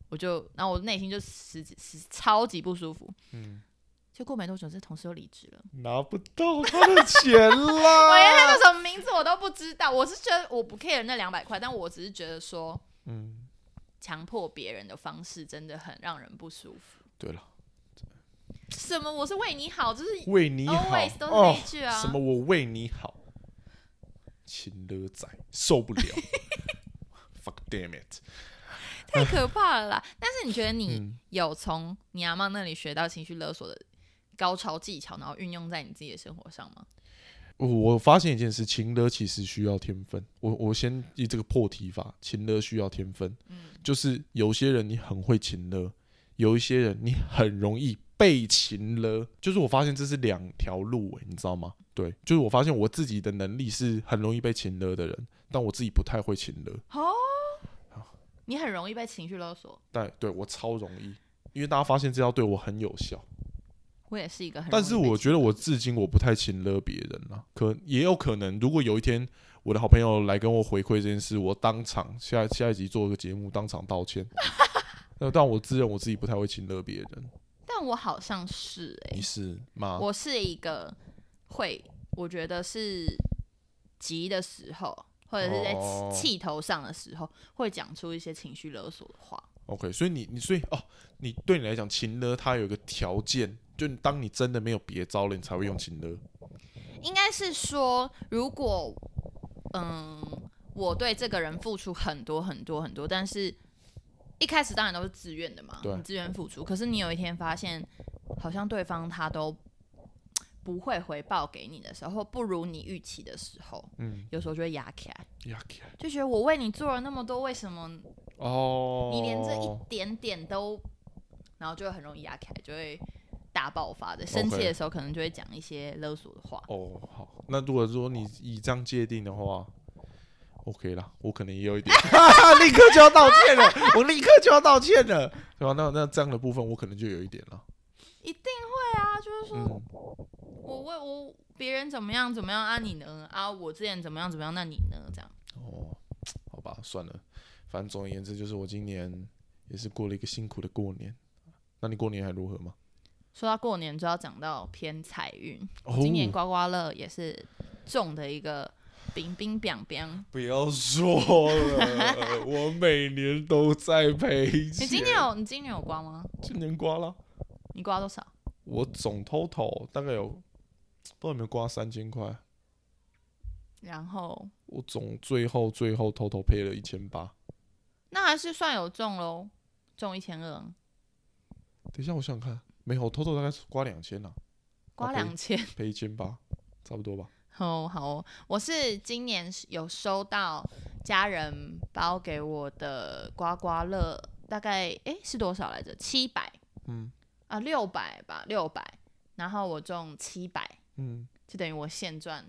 [SPEAKER 2] 我就，然后我内心就十几十超级不舒服。嗯，就过没多久，这同事又离职了。
[SPEAKER 1] 拿不到他的钱
[SPEAKER 2] 我连他
[SPEAKER 1] 啦。
[SPEAKER 2] 叫什么名字我都不知道，我是觉得我不 care 那两百块，但我只是觉得说
[SPEAKER 1] 嗯，
[SPEAKER 2] 强迫别人的方式真的很让人不舒服。
[SPEAKER 1] 对了，
[SPEAKER 2] 什么？我是为你好，就是
[SPEAKER 1] 为你好
[SPEAKER 2] always 都是那
[SPEAKER 1] 哦
[SPEAKER 2] 一，句啊。
[SPEAKER 1] 什么我为你好，情勒仔受 不了，fuck damn it！
[SPEAKER 2] 太可怕了啦！但是你觉得你
[SPEAKER 1] 嗯
[SPEAKER 2] 有从你阿妈那里学到情绪勒索的高超技巧，然后运用在你自己的生活上吗？
[SPEAKER 1] 嗯我发现一件事，情勒其实需要天分。我我先以
[SPEAKER 2] 嗯
[SPEAKER 1] 这个破题法，情勒需要天分，就是有些人你很会情勒，有一些人你很容易被擒了，就是我发现这是两条路、欸，你知道吗？对，就是我发现我自己的能力是很容易被擒了的人，但我自己不太会擒了。
[SPEAKER 2] 哦，你很容易被情绪勒索。
[SPEAKER 1] 但对我超容易，因为大家发现这招对我很有效。
[SPEAKER 2] 我也是一个很容易
[SPEAKER 1] 但
[SPEAKER 2] 被
[SPEAKER 1] 是
[SPEAKER 2] 情，
[SPEAKER 1] 我觉得我至今我不太请了别人了、可也有可能，如果有一天我的好朋友来跟我回馈这件事，我当场下下一集做个节目，当场 道歉。那但我自认我自己不太会请了别人，
[SPEAKER 2] 但我好像是哎、
[SPEAKER 1] 你是吗？
[SPEAKER 2] 我是一个会，我觉得是急的时候，或者是在
[SPEAKER 1] 哦
[SPEAKER 2] 气气头上的时候，会讲出一些情绪勒索的话。
[SPEAKER 1] OK，所以你你所以哦，你对你来讲，情勒它有一个条件，就当你真的没有别招了，你才会
[SPEAKER 2] 哦
[SPEAKER 1] 用情
[SPEAKER 2] 嗯
[SPEAKER 1] 勒。
[SPEAKER 2] 应该是说，如果嗯，我对这个人付出很多很多很多，但是一开始当然都是自愿的嘛，
[SPEAKER 1] 对
[SPEAKER 2] 你自愿付出。可是你有一天发现，好像对方他都不会回报给你的时候，或不如你预期的时候，
[SPEAKER 1] 嗯，
[SPEAKER 2] 有时候就会压起来，
[SPEAKER 1] 呀起来
[SPEAKER 2] 就觉得我为你做了那么多，为什么
[SPEAKER 1] 哦，
[SPEAKER 2] 你连这一点点都，然后就会很容易压起来，就会大爆发的。生气
[SPEAKER 1] OK
[SPEAKER 2] 的时候可能就会讲一些勒索的话。
[SPEAKER 1] 哦，好，那如果说你以这样界定的话，OK 啦，我可能也有 一点，立刻就要道歉了， 我立刻就要道歉了，对啊吧？那那这样的部分我可能就有一点了，
[SPEAKER 2] 一定会啊，就是说
[SPEAKER 1] 嗯，
[SPEAKER 2] 我为我别人怎么样怎么样啊，你呢啊，我之前怎么样怎么样，那你呢？这样
[SPEAKER 1] 哦，好吧，算了，反正总而言之就是我今年也是过了一个辛苦的过年，那你过年还如何吗？
[SPEAKER 2] 说到过年就要讲到偏财运，
[SPEAKER 1] 哦，
[SPEAKER 2] 今年刮刮乐也是中的一个冰冰冰冰。
[SPEAKER 1] 不要说 了，我每年都在赔钱。
[SPEAKER 2] 你今年有你今年有刮吗？
[SPEAKER 1] 今年刮了，
[SPEAKER 2] 你刮多少？
[SPEAKER 1] 我总 total 大概有不知道有没有刮三千块。
[SPEAKER 2] 然后
[SPEAKER 1] 我总最后最后偷偷赔了一千八。
[SPEAKER 2] 那还是算有中喽，中一千二，
[SPEAKER 1] 等一下，我想想看，没有，我偷偷大概刮两千啦，
[SPEAKER 2] 刮
[SPEAKER 1] OK
[SPEAKER 2] 两千。
[SPEAKER 1] 赔一千八，差不多吧。
[SPEAKER 2] 哦，好哦，我是今年是有收到家人包给我的刮刮乐，大概诶是多少来着？七百
[SPEAKER 1] 嗯
[SPEAKER 2] 啊，六百吧，六百。然后我中七百，
[SPEAKER 1] 嗯，
[SPEAKER 2] 就等于我现赚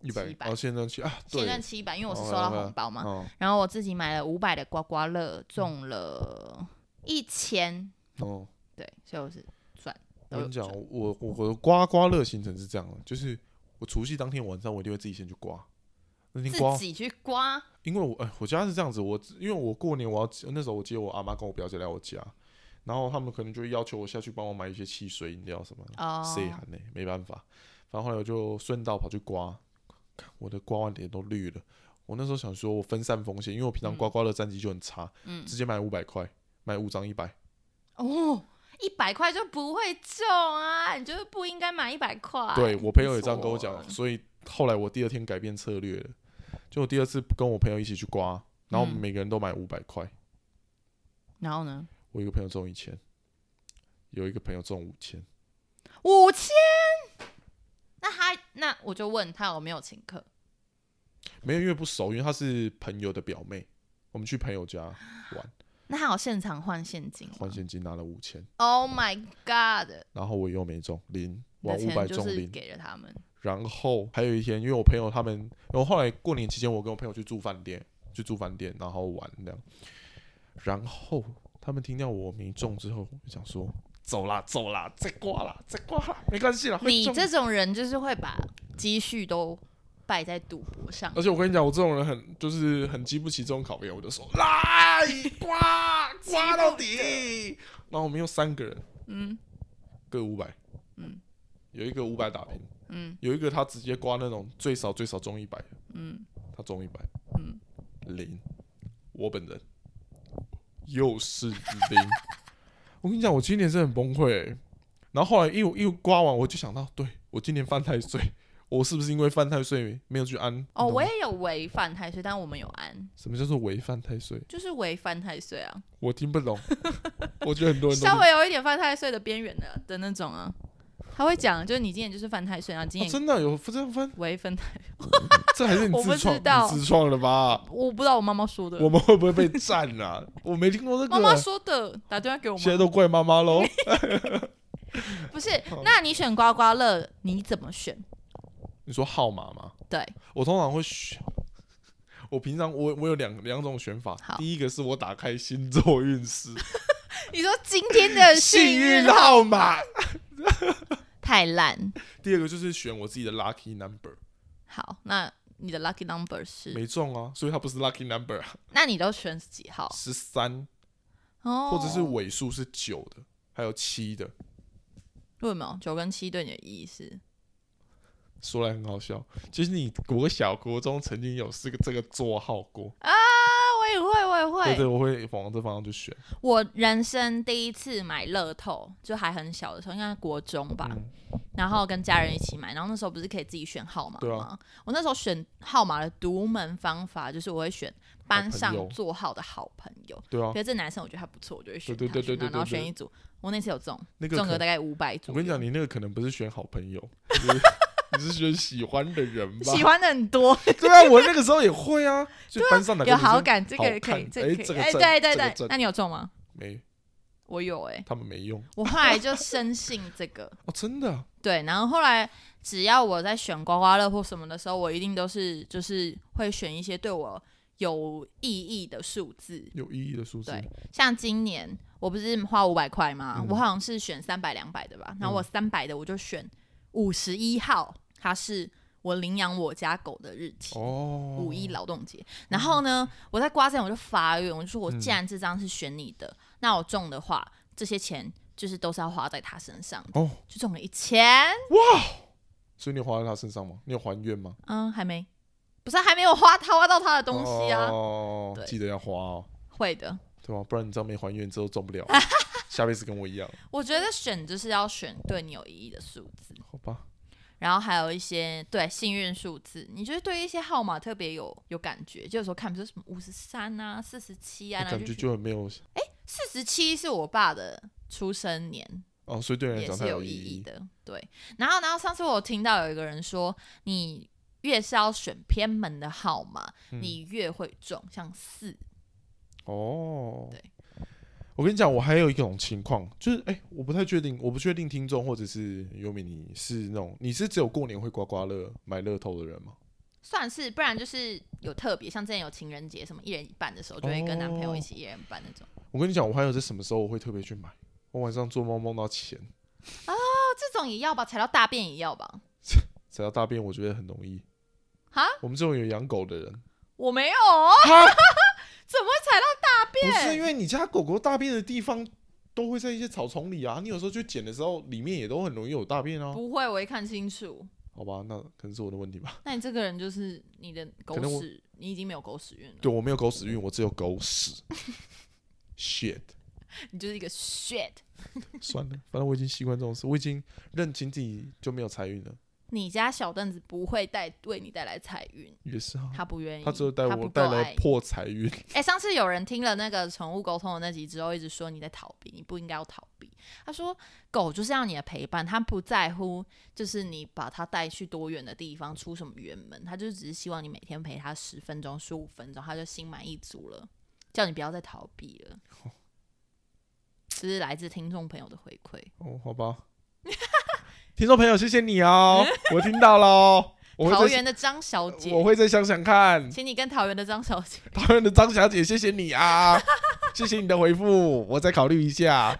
[SPEAKER 1] 一百，
[SPEAKER 2] 700
[SPEAKER 1] 哦，现在去啊，
[SPEAKER 2] 现赚
[SPEAKER 1] 对，
[SPEAKER 2] 七百，因为我是
[SPEAKER 1] 哦
[SPEAKER 2] 收到
[SPEAKER 1] 明白
[SPEAKER 2] 红包嘛。
[SPEAKER 1] 哦
[SPEAKER 2] 然后我自己买了五百的刮刮乐，中了一千，
[SPEAKER 1] 哦，
[SPEAKER 2] 对，所以我是赚。
[SPEAKER 1] 我
[SPEAKER 2] 都有
[SPEAKER 1] 跟你讲，
[SPEAKER 2] 赚
[SPEAKER 1] 我我我的刮刮乐行程是这样的，就是我除夕当天晚上，我一定会自己先去刮。那天刮
[SPEAKER 2] 自，己去刮，
[SPEAKER 1] 因为我哎、我家是这样子，我因为我过年我要那时候我接我阿妈跟我表姐来我家，然后他们可能就会要求我下去帮我买一些汽水、饮料什么的。
[SPEAKER 2] 哦，
[SPEAKER 1] 谁喊呢？没办法，反正后来我就顺道跑去刮，看我的刮完脸都绿了。我那时候想说，我分散风险，因为我平常刮刮乐战绩就很差，
[SPEAKER 2] 嗯
[SPEAKER 1] 直接买五百块，买五张一百。
[SPEAKER 2] 哦，一百块就不会中啊，你就是不应该买一百块。
[SPEAKER 1] 对我朋友也这样跟我
[SPEAKER 2] 没
[SPEAKER 1] 讲，
[SPEAKER 2] 哎错啊
[SPEAKER 1] 所以后来我第二天改变策略了，就我第二次跟我朋友一起去刮，然后我们
[SPEAKER 2] 嗯
[SPEAKER 1] 每个人都买五百块，
[SPEAKER 2] 然后呢？
[SPEAKER 1] 我一个朋友中一千，有一个朋友中五千，
[SPEAKER 2] 五千？那他那我就问他有没有请客？
[SPEAKER 1] 没有因为不熟，因为她是朋友的表妹，我们去朋友家
[SPEAKER 2] 啊
[SPEAKER 1] 玩，
[SPEAKER 2] 那他有现场换现金吗
[SPEAKER 1] 换现金拿了五千。
[SPEAKER 2] ？Oh my god！
[SPEAKER 1] 然后我又没中零，
[SPEAKER 2] 你的
[SPEAKER 1] 玩五百
[SPEAKER 2] 钱就
[SPEAKER 1] 中
[SPEAKER 2] 是
[SPEAKER 1] 零。
[SPEAKER 2] 给了他们。
[SPEAKER 1] 然后还有一天，因为我朋友他们，然后后来过年期间，我跟我朋友去住饭店，去住饭店，然后玩这样。然后他们听到我没中之后，就想说走啦走啦，再刮啦再刮啦，没关系啦，会
[SPEAKER 2] 你
[SPEAKER 1] 中。
[SPEAKER 2] 这种人就是会把积蓄都败在赌博上。
[SPEAKER 1] 而且我跟你讲，我这种人很就是很经不起这种考验，我就说来刮刮到底。然后我们有三个人，
[SPEAKER 2] 嗯
[SPEAKER 1] 各五百，
[SPEAKER 2] 嗯，
[SPEAKER 1] 有一个五百打平，
[SPEAKER 2] 嗯
[SPEAKER 1] 有一个他直接刮那种最少最少中一百，
[SPEAKER 2] 嗯，
[SPEAKER 1] 他中一百，
[SPEAKER 2] 嗯，
[SPEAKER 1] 零，我本人又是零。 我跟你讲，我今年真的很崩溃欸、然后后来一一刮完，我就想到，对我今年犯太岁，我是不是因为犯太岁没有去安？
[SPEAKER 2] 哦，
[SPEAKER 1] 你懂吗
[SPEAKER 2] 我也有违反太岁，但我们有安，
[SPEAKER 1] 什么叫做违犯太岁？
[SPEAKER 2] 就是违反太岁啊，
[SPEAKER 1] 我听不懂，我觉得很多人都
[SPEAKER 2] 稍微有一点犯太岁的边缘的的那种啊。他会讲，就是你今年就是犯太岁，然后今
[SPEAKER 1] 哦
[SPEAKER 2] 年
[SPEAKER 1] 真的有分分，
[SPEAKER 2] 为犯太，
[SPEAKER 1] 这还是你
[SPEAKER 2] 我不
[SPEAKER 1] 自创
[SPEAKER 2] 知道
[SPEAKER 1] 你自创的吧？
[SPEAKER 2] 我不知道我妈妈说的
[SPEAKER 1] 我，们会不会被占啊？我没听过这
[SPEAKER 2] 妈妈
[SPEAKER 1] 个，
[SPEAKER 2] 说的，打电话给我
[SPEAKER 1] 现
[SPEAKER 2] 们。
[SPEAKER 1] 在都怪妈妈喽。
[SPEAKER 2] 不是，那你选刮刮乐，你怎么选？
[SPEAKER 1] 你说号码吗？
[SPEAKER 2] 对，
[SPEAKER 1] 我通常会选，我平常我我有两两种选法
[SPEAKER 2] 好，
[SPEAKER 1] 第一个是我打开星座运势
[SPEAKER 2] 你说今天的
[SPEAKER 1] 幸
[SPEAKER 2] 运啊哦
[SPEAKER 1] 运号码，
[SPEAKER 2] 太烂。
[SPEAKER 1] 第二个就是选我自己的 lucky number，
[SPEAKER 2] 好，那你的 lucky number 是？
[SPEAKER 1] 没中啊，所以它不是 lucky number，啊
[SPEAKER 2] 那你都选几号？
[SPEAKER 1] 十三
[SPEAKER 2] 哦，
[SPEAKER 1] 或者是尾数是九的，还有七的。
[SPEAKER 2] 为什么九跟七对你的意义是？
[SPEAKER 1] 说来很好笑，就是你国小、国中曾经有是个这个座号过，
[SPEAKER 2] 啊，我也会，我也会。
[SPEAKER 1] 对对，我会往这方向去选。
[SPEAKER 2] 我人生第一次买乐透，就还很小的时候，应该是国中吧，
[SPEAKER 1] 嗯，
[SPEAKER 2] 然后跟家人一起买，然后那时候不是可以自己选号码
[SPEAKER 1] 对
[SPEAKER 2] 吗？
[SPEAKER 1] 啊
[SPEAKER 2] 我那时候选号码的独门方法就是我会选班
[SPEAKER 1] 好朋
[SPEAKER 2] 上
[SPEAKER 1] 友
[SPEAKER 2] 座号的好朋友，
[SPEAKER 1] 对啊
[SPEAKER 2] 可，是这男生我觉得还不错，我就会选他，
[SPEAKER 1] 对对对对
[SPEAKER 2] 选他
[SPEAKER 1] 对
[SPEAKER 2] 然后
[SPEAKER 1] 对对
[SPEAKER 2] 选一组。我那次有中，
[SPEAKER 1] 那个
[SPEAKER 2] 中
[SPEAKER 1] 可
[SPEAKER 2] 个大概五百左
[SPEAKER 1] 我
[SPEAKER 2] 右。
[SPEAKER 1] 跟你讲，你那个可能不是选好 朋友，你是你是选喜欢的人吧？
[SPEAKER 2] 喜欢的很多，
[SPEAKER 1] 对啊，我那个时候也 会啊，就班上哪个
[SPEAKER 2] 有
[SPEAKER 1] 女生
[SPEAKER 2] 好感，这个可
[SPEAKER 1] 看
[SPEAKER 2] 以，这个
[SPEAKER 1] 哎
[SPEAKER 2] 可
[SPEAKER 1] 这
[SPEAKER 2] 以，
[SPEAKER 1] 个
[SPEAKER 2] 哎，
[SPEAKER 1] 正
[SPEAKER 2] 对对
[SPEAKER 1] 这个
[SPEAKER 2] 对，
[SPEAKER 1] 正
[SPEAKER 2] 那你有中吗？
[SPEAKER 1] 没，
[SPEAKER 2] 我有哎，
[SPEAKER 1] 他们没用
[SPEAKER 2] 我后来就深信这个，
[SPEAKER 1] 哦，真的啊
[SPEAKER 2] 对，然后后来只要我在选刮刮乐或什么的时候，我一定都是就是会选一些对我有意义的数字。
[SPEAKER 1] 有意义的数字
[SPEAKER 2] 对像今年我不是花五百块吗？
[SPEAKER 1] 嗯
[SPEAKER 2] 我好像是选三百两百的吧，然后我
[SPEAKER 1] 嗯
[SPEAKER 2] 三百的我就选五十一号，它是我领养我家狗的日期。
[SPEAKER 1] 哦，
[SPEAKER 2] 五一劳动节，然后呢，我在刮之前我就发愿，我就说我既
[SPEAKER 1] 嗯
[SPEAKER 2] 然这张是选你的，那我中的话，这些钱就是都是要花在他身上的，
[SPEAKER 1] 哦，
[SPEAKER 2] 就中了一千。
[SPEAKER 1] 所以你有花在他身上吗？你有还愿吗？
[SPEAKER 2] 嗯，还没，不是还没有花花到他的东西啊，
[SPEAKER 1] 哦
[SPEAKER 2] 对，
[SPEAKER 1] 记得要花哦，
[SPEAKER 2] 会的。
[SPEAKER 1] 对啊吧？不然你知道没还愿之后中不了，啊 下辈子跟我一样，
[SPEAKER 2] 我觉得选就是要选对你有意义的数字，
[SPEAKER 1] 好吧？
[SPEAKER 2] 然后还有一些对幸运数字，你就是对一些号码特别有有感觉，就有时候看，比如说什么五十三啊、四十七啊，
[SPEAKER 1] 我
[SPEAKER 2] 然后
[SPEAKER 1] 感
[SPEAKER 2] 就
[SPEAKER 1] 觉
[SPEAKER 2] 去
[SPEAKER 1] 就很没有
[SPEAKER 2] 四十七是我爸的出生年，
[SPEAKER 1] 哦，所以对你来
[SPEAKER 2] 也
[SPEAKER 1] 讲
[SPEAKER 2] 是
[SPEAKER 1] 太
[SPEAKER 2] 有
[SPEAKER 1] 意
[SPEAKER 2] 意义。的。对，然后然后上次我有听到有一个人说，你越是要选偏门的号码，
[SPEAKER 1] 嗯
[SPEAKER 2] 你越会中，像四，
[SPEAKER 1] 哦，
[SPEAKER 2] 对，
[SPEAKER 1] 我跟你讲，我还有一种情况，就是哎、我不太确定，我不确定听众或者是优米，你是那种你是只有过年会刮刮乐、买乐透的人吗？
[SPEAKER 2] 算是，不然就是有特别，像之前有情人节什么一人一半的时候，就会跟男朋友
[SPEAKER 1] 哦
[SPEAKER 2] 一起一人一半那种。哦
[SPEAKER 1] 我跟你讲，我还有在什么时候我会特别去买？我晚上做梦梦到钱，
[SPEAKER 2] 哦，这种也要吧，踩到大便也要吧？
[SPEAKER 1] 只要大便，我觉得很容易。
[SPEAKER 2] 哈，
[SPEAKER 1] 我们这种有养狗的人，
[SPEAKER 2] 我没有哦，
[SPEAKER 1] 哈
[SPEAKER 2] 怎么会踩到？
[SPEAKER 1] 不是因为你家狗狗大便的地方都会在一些草丛里啊，你有时候去捡的时候，里面也都很容易有大便啊。
[SPEAKER 2] 不会，我一看清楚。
[SPEAKER 1] 好吧，那可能是我的问题吧。
[SPEAKER 2] 那你这个人就是你的狗
[SPEAKER 1] 可能我
[SPEAKER 2] 屎，你已经没有狗屎运了，
[SPEAKER 1] 对我没有狗屎运，我只有狗 屎。shit。
[SPEAKER 2] 你就是一个 shit。
[SPEAKER 1] 算了，反正我已经习惯这种事，我已经认清自己就没有财运了，
[SPEAKER 2] 你家小凳子不会带为你带来财运，
[SPEAKER 1] 也是啊。
[SPEAKER 2] 他不愿意，
[SPEAKER 1] 他只有带
[SPEAKER 2] 不
[SPEAKER 1] 我
[SPEAKER 2] 够
[SPEAKER 1] 带来
[SPEAKER 2] 爱你。
[SPEAKER 1] 破财运，
[SPEAKER 2] 哎、上次有人听了那个宠物沟通的那集之后，一直说你在逃避，你不应该要逃避。他说狗就是要你的陪伴，它不在乎就是你把它带去多远的地方，出什么远门，它就只是希望你每天陪它十分钟、十五分钟，它就心满意足了。叫你不要再逃避了。这是来自听众朋友的回馈，
[SPEAKER 1] 哦，好 吧。听众朋友，谢谢你哦，我听到喽，我
[SPEAKER 2] 桃
[SPEAKER 1] 会再
[SPEAKER 2] 园的张小姐，
[SPEAKER 1] 我会再想想看。
[SPEAKER 2] 请你跟桃园的张小姐
[SPEAKER 1] 桃园的张小姐，谢谢你啊，谢谢你的回复，我再考虑一下。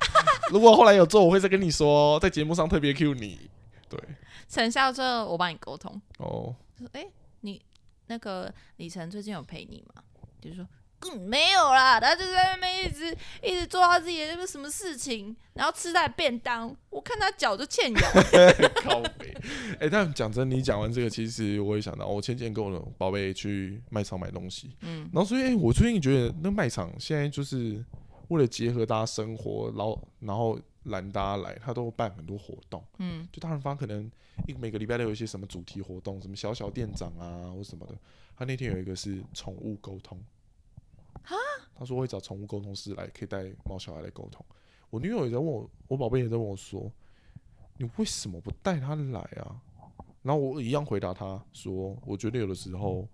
[SPEAKER 1] 如果后来有做，我会再跟你说，哦在节目上特别 Q 你。对，
[SPEAKER 2] 陈孝正，我帮你沟通。
[SPEAKER 1] 哦，
[SPEAKER 2] 哎、你那个李晨最近有陪你吗？就是说，嗯，没有啦，他就在那边一直一直做他自己的那个什么事情，然后吃他的便当，我看他脚就欠 咬。
[SPEAKER 1] 靠北。哎、但讲真，你讲完这个，其实我也想到，我前几天跟我的宝贝去卖场买东西，
[SPEAKER 2] 嗯，
[SPEAKER 1] 然后所以、欸我最近觉得那卖场现在就是为了结合大家生活，然后然后揽大家来，他都办很多活动。
[SPEAKER 2] 嗯，
[SPEAKER 1] 就大润发可能一每个礼拜都有一些什么主题活动，什么小小店长啊或什么的。他那天有一个是宠物沟通，他说会找宠物沟通师来，可以带猫小孩来沟通。我女友也在问我，我宝贝也在问我说，你为什么不带他来啊？然后我一样回答他说，我觉得有的时候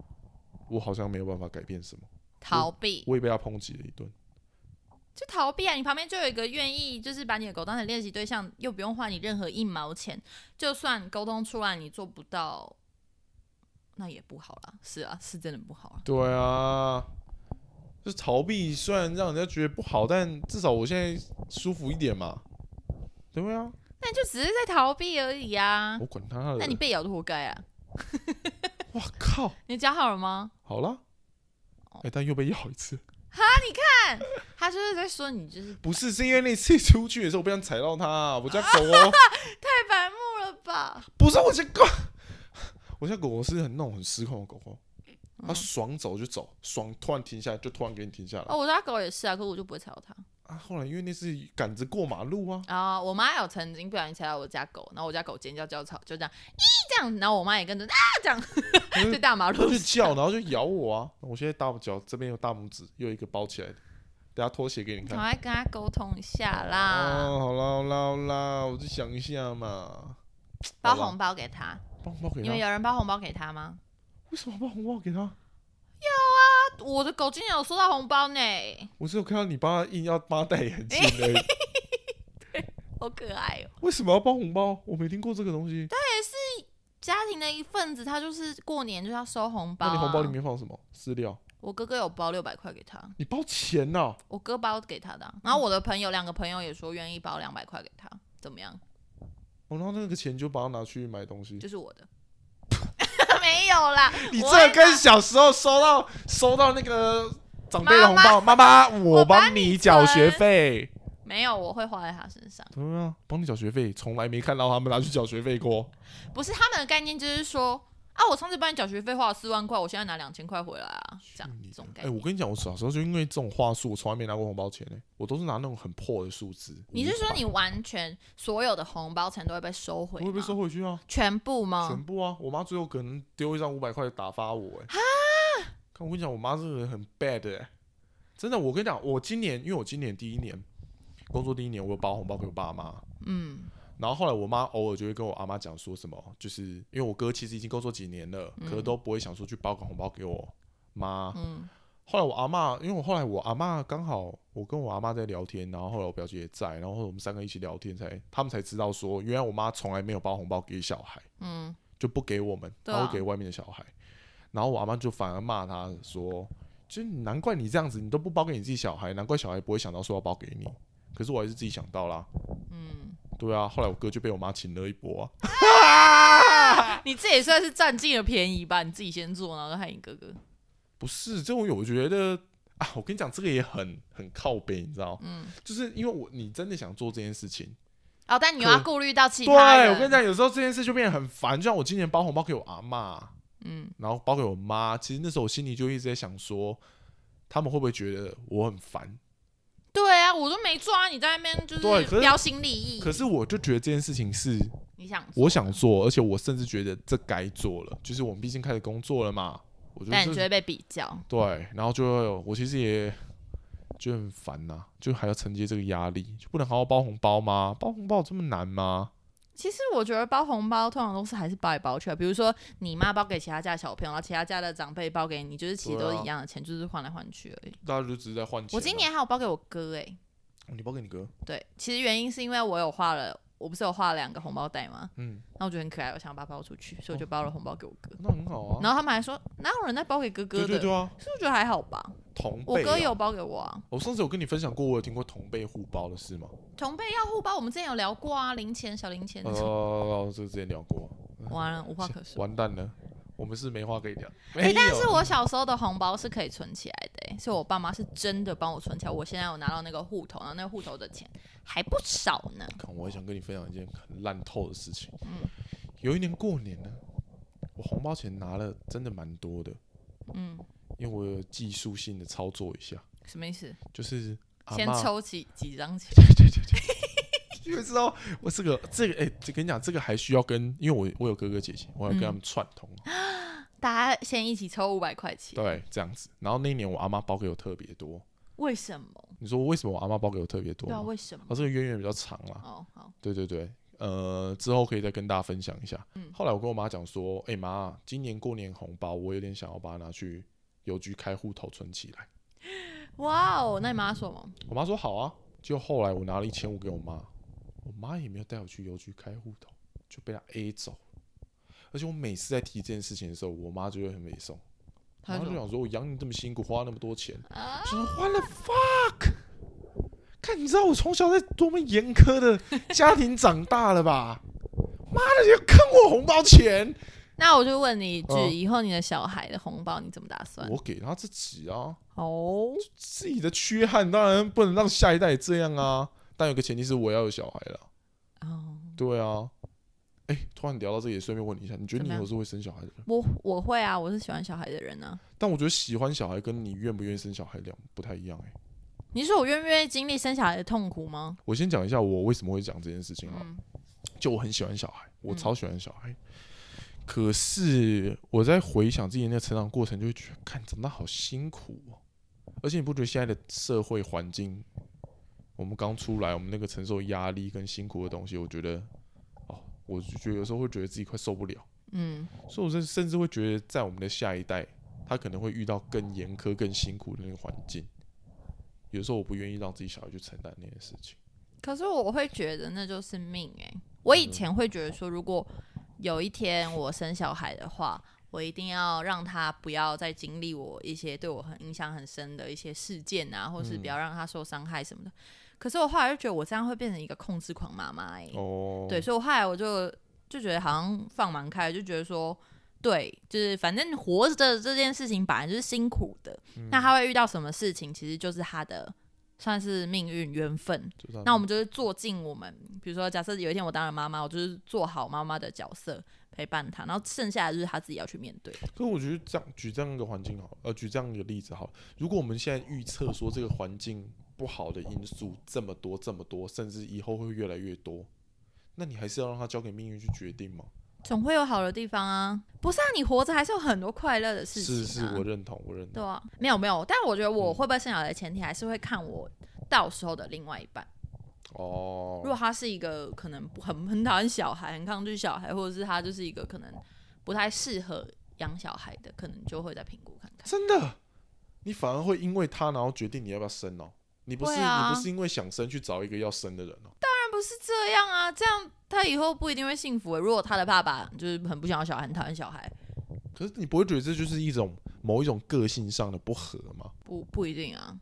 [SPEAKER 1] 我好像没有办法改变什么，
[SPEAKER 2] 逃避，
[SPEAKER 1] 我也被他抨击了一顿。
[SPEAKER 2] 就逃避啊！你旁边就有一个愿意，就是把你的狗当成练习对象，又不用花你任何一毛钱，就算沟通出来你做不到，那也不好啦。是啊，是真的不好啊。
[SPEAKER 1] 对啊，就是逃避，虽然让人家觉得不好，但至少我现在舒服一点嘛。对啊，
[SPEAKER 2] 但就只是在逃避而已啊。
[SPEAKER 1] 我管他的。
[SPEAKER 2] 那你被咬就活该啊！
[SPEAKER 1] 哇靠，
[SPEAKER 2] 你讲好了吗？
[SPEAKER 1] 好啦，
[SPEAKER 2] 哦
[SPEAKER 1] 哎、但又被咬一次。
[SPEAKER 2] 他就是在说你就是
[SPEAKER 1] 不是，是因为那次出去的时候我不想踩到它，我家狗 狗
[SPEAKER 2] 太白目了吧？
[SPEAKER 1] 不是我家狗，我家狗狗是很那种很失控的狗狗，它爽走就走，爽突然停下来就突然给你停下来。
[SPEAKER 2] 哦，我家狗也是啊，可是我就不会踩到它
[SPEAKER 1] 啊，后来因为那次赶着过马路啊，
[SPEAKER 2] 啊。我妈有曾经不小心踩到我家狗，然后我家狗尖叫叫吵，就这样咦这样，然后我妈也跟着啊这样，
[SPEAKER 1] 嗯
[SPEAKER 2] 在大马
[SPEAKER 1] 它
[SPEAKER 2] 路
[SPEAKER 1] 就
[SPEAKER 2] 上
[SPEAKER 1] 叫，然后就咬我啊。我现在大拇脚这边有大拇指，又有一个包起来的，等下拖鞋给你
[SPEAKER 2] 赶
[SPEAKER 1] 看。
[SPEAKER 2] 快跟他沟通一下啦，
[SPEAKER 1] 哦，好啦好啦好啦，我就想一下嘛。
[SPEAKER 2] 包
[SPEAKER 1] 好啦
[SPEAKER 2] 红包给他。
[SPEAKER 1] 包红包给
[SPEAKER 2] 你
[SPEAKER 1] 他
[SPEAKER 2] 们，有人包红包给他吗？
[SPEAKER 1] 为什么包红包给他？
[SPEAKER 2] 啊我的狗今年有收到红包呢，
[SPEAKER 1] 我只有看到你帮他硬要帮他戴眼镜 而已。
[SPEAKER 2] 好可爱哦、
[SPEAKER 1] 为什么要包红包？我没听过这个东西。
[SPEAKER 2] 家庭的一份子，他就是过年就要收红包、
[SPEAKER 1] 那
[SPEAKER 2] 啊。
[SPEAKER 1] 你红包里面放什么？饲料？
[SPEAKER 2] 我哥哥有包六百块给他，
[SPEAKER 1] 你包钱呐、
[SPEAKER 2] 我哥包给他的啊、
[SPEAKER 1] 嗯
[SPEAKER 2] 然后我的朋友两个朋友也说愿意包两百块给他，怎么样？
[SPEAKER 1] 哦，然后那个钱就把它拿去买东西。
[SPEAKER 2] 就是我的， 没有啦，
[SPEAKER 1] 嗯 你
[SPEAKER 2] 我
[SPEAKER 1] 这
[SPEAKER 2] 会
[SPEAKER 1] 跟小时候收到收到那个长辈的红包，妈妈，我
[SPEAKER 2] 我帮
[SPEAKER 1] 帮你
[SPEAKER 2] 你
[SPEAKER 1] 缴学
[SPEAKER 2] 存
[SPEAKER 1] 费。
[SPEAKER 2] 没有，我会花在他身上。
[SPEAKER 1] 对啊，帮你缴学费，从来没看到他们拿去缴学费过。
[SPEAKER 2] 不是他们的概念就是说啊，我上次帮你缴学费花了四万块，我现在拿两千块回来啊，这样
[SPEAKER 1] 你
[SPEAKER 2] 这种概
[SPEAKER 1] 哎、
[SPEAKER 2] 念。
[SPEAKER 1] 我跟你讲，我小时候就因为这种话术，我从来没拿过红包钱呢、我都是拿那种很破的数字。
[SPEAKER 2] 你是说
[SPEAKER 1] 500
[SPEAKER 2] 你完全所有的红包钱都会被收回
[SPEAKER 1] 我会被
[SPEAKER 2] 吗嗯
[SPEAKER 1] 收回去啊？
[SPEAKER 2] 全部吗
[SPEAKER 1] 全？部啊！我妈最后可能丢一张五百块打发我、欸，哎，看我跟你讲，我妈这个人很 bad 哎、真的，我跟你讲，我今年因为我今年第一年工作第一年，我有包红包给我爸妈，
[SPEAKER 2] 嗯
[SPEAKER 1] 然后后来我妈偶尔就会跟我阿妈讲说什么，就是因为我哥其实已经工作几年了，可是都不会想说去包个红包给我妈。
[SPEAKER 2] 嗯
[SPEAKER 1] 后来我阿妈，因为我后来我阿妈刚好我跟我阿妈在聊天，然后后来我表姐也在，然后我们三个一起聊天才，他们才知道说，原来我妈从来没有包红包给小孩。
[SPEAKER 2] 嗯，
[SPEAKER 1] 就不给我们，
[SPEAKER 2] 对啊
[SPEAKER 1] 他会给外面的小孩。然后我阿妈就反而骂他说：“就难怪你这样子，你都不包给你自己小孩，难怪小孩不会想到说要包给你。”可是我还是自己想到啦。
[SPEAKER 2] 嗯，
[SPEAKER 1] 对啊，后来我哥就被我妈请了一波、啊，
[SPEAKER 2] 你这也算是占尽了便宜吧？你自己先做，然后再害你哥哥。
[SPEAKER 1] 不是这种，我觉得啊，我跟你讲，这个也很很靠背，你知道？
[SPEAKER 2] 嗯，
[SPEAKER 1] 就是因为我你真的想做这件事情，
[SPEAKER 2] 哦，但你又
[SPEAKER 1] 可
[SPEAKER 2] 要顾虑到其
[SPEAKER 1] 对
[SPEAKER 2] 他人。
[SPEAKER 1] 我跟你讲，有时候这件事就变得很烦。就像我今年包红包给我阿妈，
[SPEAKER 2] 嗯，
[SPEAKER 1] 然后包给我妈，其实那时候我心里就一直在想说，他们会不会觉得我很烦？
[SPEAKER 2] 对啊，我都没做啊，你在那边就
[SPEAKER 1] 对可是
[SPEAKER 2] 标新立异。
[SPEAKER 1] 可是我就觉得这件事情是
[SPEAKER 2] 你想，
[SPEAKER 1] 我想，做，而且我甚至觉得这该做了，就是我们毕竟开始工作了嘛，我觉
[SPEAKER 2] 但你
[SPEAKER 1] 得
[SPEAKER 2] 就会
[SPEAKER 1] 这
[SPEAKER 2] 被比较。
[SPEAKER 1] 对，然后就会有我其实也就很烦呐、就还要承接这个压力，就不能好好包红包吗？包红包有这么难吗？
[SPEAKER 2] 其实我觉得包红包通常都是还是包来包去啊，比如说你妈包给其他家的小朋友，然后其他家的长辈包给你，就是其实都
[SPEAKER 1] 对
[SPEAKER 2] 是
[SPEAKER 1] 啊
[SPEAKER 2] 一样的钱，就是换来换去而已。
[SPEAKER 1] 大家就只是在换钱啊、哦
[SPEAKER 2] 我今年还有包给我哥哎、
[SPEAKER 1] 你包给你哥，
[SPEAKER 2] 对，其实原因是因为我有画了，我不是有画了两个红包袋吗？
[SPEAKER 1] 嗯，
[SPEAKER 2] 那我觉得很可爱，我想把它包出去，所以我就包了红包给我哥。
[SPEAKER 1] 那很好啊。
[SPEAKER 2] 然后他们还说哪有人在包给哥哥
[SPEAKER 1] 对
[SPEAKER 2] 的？
[SPEAKER 1] 对对啊，
[SPEAKER 2] 所以我觉得还好吧。
[SPEAKER 1] 同
[SPEAKER 2] 我
[SPEAKER 1] 辈、啊。
[SPEAKER 2] 哥有，包给我啊，
[SPEAKER 1] 我上次有跟你分享过，我有听过同辈互包的事吗？
[SPEAKER 2] 同辈要互包，我们之前有聊过啊，零钱、小零钱那种。
[SPEAKER 1] 呃，这个之前聊过，
[SPEAKER 2] 完了，无话可说。
[SPEAKER 1] 完蛋了，我们是没话可以聊。
[SPEAKER 2] 哎、
[SPEAKER 1] 没有。
[SPEAKER 2] 但是我小时候的红包是可以存起来的、欸，所以我爸妈是真的帮我存起来。我现在有拿到那个户头，然后那个户头的钱还不少呢。
[SPEAKER 1] 看，我也想跟你分享一件很烂透的事情。
[SPEAKER 2] 嗯
[SPEAKER 1] 有一年过年呢，我红包钱拿了真的蛮多的，
[SPEAKER 2] 嗯，
[SPEAKER 1] 因为我有技术性的操作一下，
[SPEAKER 2] 什么意思？
[SPEAKER 1] 就是阿
[SPEAKER 2] 先
[SPEAKER 1] 嬷，
[SPEAKER 2] 抽起几张钱？
[SPEAKER 1] 因为知道我这个这个哎、这跟你讲，这个还需要跟，因为我我有哥哥姐姐，我要跟他们串通，
[SPEAKER 2] 嗯大家先一起抽五百块钱。
[SPEAKER 1] 对，这样子。然后那一年我阿妈包给我特别多，
[SPEAKER 2] 为什么？
[SPEAKER 1] 你说为什么我阿妈包给我特别多
[SPEAKER 2] 对啊，
[SPEAKER 1] 吗？
[SPEAKER 2] 为什么？
[SPEAKER 1] 哦，这个渊源比较长啦，
[SPEAKER 2] 哦，好，
[SPEAKER 1] 对对对，呃，之后可以再跟大家分享一下。
[SPEAKER 2] 嗯
[SPEAKER 1] 后来我跟我妈讲说，哎、妈，今年过年红包我有点想要把它拿去邮局开户头存起来。
[SPEAKER 2] 哇哦，那你妈说吗？
[SPEAKER 1] 我妈说好啊，就后来我拿了一千五给我妈，我妈也没有带我去邮局开户头，就被她 A 走了。而且我每次在提这件事情的时候，我妈就会很没送，
[SPEAKER 2] 她
[SPEAKER 1] 然后
[SPEAKER 2] 说
[SPEAKER 1] 就想说我养你这么辛苦，花那么多钱，
[SPEAKER 2] 啊
[SPEAKER 1] 就说 what the fuck。看，你知道我从小在多么严苛的家庭长大了吧？ 妈的，你要坑我红包钱！
[SPEAKER 2] 那我就问你一句，
[SPEAKER 1] 嗯
[SPEAKER 2] 以后你的小孩的红包你怎么打算？
[SPEAKER 1] 我给他自己啊，
[SPEAKER 2] 哦，
[SPEAKER 1] 自己的缺憾当然不能让下一代也这样啊。但有个前提是我要有小孩了。
[SPEAKER 2] 哦，
[SPEAKER 1] 对啊，哎、突然聊到这里，顺便问你一下，你觉
[SPEAKER 2] 怎
[SPEAKER 1] 得你
[SPEAKER 2] 么
[SPEAKER 1] 以
[SPEAKER 2] 样
[SPEAKER 1] 后是会生小孩的人？
[SPEAKER 2] 我我会啊，我是喜欢小孩的人啊。
[SPEAKER 1] 但我觉得喜欢小孩跟你愿不愿意生小孩两不太一样哎、
[SPEAKER 2] 你说我愿不愿意经历生小孩的痛苦吗？
[SPEAKER 1] 我先讲一下我为什么会讲这件事情啊。
[SPEAKER 2] 嗯，
[SPEAKER 1] 就我很喜欢小孩，我
[SPEAKER 2] 嗯
[SPEAKER 1] 超喜欢小孩。可是我在回想自己那个成长过程，就会觉得，看长大好辛苦哦。而且你不觉得现在的社会环境，我们刚出来，我们那个承受压力跟辛苦的东西，我觉得，哦，我就觉得有时候会觉得自己快受不了。
[SPEAKER 2] 嗯，
[SPEAKER 1] 所以我甚甚至会觉得，在我们的下一代，他可能会遇到更严苛、更辛苦的那个环境。有时候我不愿意让自己小孩去承担那件事情。
[SPEAKER 2] 可是我会觉得那就是命哎、我
[SPEAKER 1] 啊
[SPEAKER 2] 以前会觉得说，如果有一天我生小孩的话，我一定要让他不要再经历我一些对我很印象很深的一些事件啊，或是
[SPEAKER 1] 嗯
[SPEAKER 2] 不要让他受伤害什么的。可是我后来就觉得我这样会变成一个控制狂妈妈哎、
[SPEAKER 1] 哦，
[SPEAKER 2] 对，所以我后来我就就觉得好像放蛮开，就觉得说，对，就是反正活着这件事情本来就是辛苦的，
[SPEAKER 1] 嗯
[SPEAKER 2] 那他会遇到什么事情，其实就是他的算是命运缘分。
[SPEAKER 1] 就这样，
[SPEAKER 2] 那我们就是做尽我们，比如说假设有一天我当了妈妈，我就是做好妈妈的角色。陪伴他，然后剩下的就是他自己要去面对。
[SPEAKER 1] 可我觉得这样举这样一个环境好，呃，举这样一个例子好了。如果我们现在预测说这个环境不好的因素这么多这么多，甚至以后会越来越多，那你还是要让它交给命运去决定吗？
[SPEAKER 2] 总会有好的地方啊，不是啊？你活着还是有很多快乐的事情、啊。
[SPEAKER 1] 是是，我嗯认同，我认
[SPEAKER 2] 对
[SPEAKER 1] 同。
[SPEAKER 2] 啊，没有没有，但我觉得我会不会生小孩的前提还是会看我到时候的另外一半。
[SPEAKER 1] 哦
[SPEAKER 2] 如，果他是一个可能不很很讨厌小孩、很抗拒小孩，或者是他就是一个可能不太适合养小孩的，可能就会再评估看看。
[SPEAKER 1] 真的，你反而会因为他然后决定你要不要生哦。你不是、
[SPEAKER 2] 会啊
[SPEAKER 1] 你不是因为想生去找一个要生的人哦。
[SPEAKER 2] 当然不是这样啊，这样他以后不一定会幸福欸、如果他的爸爸就是很不想要小孩、很讨厌小孩，
[SPEAKER 1] 可是你不会觉得这就是一种某一种个性上的不合吗？
[SPEAKER 2] 不不一定啊。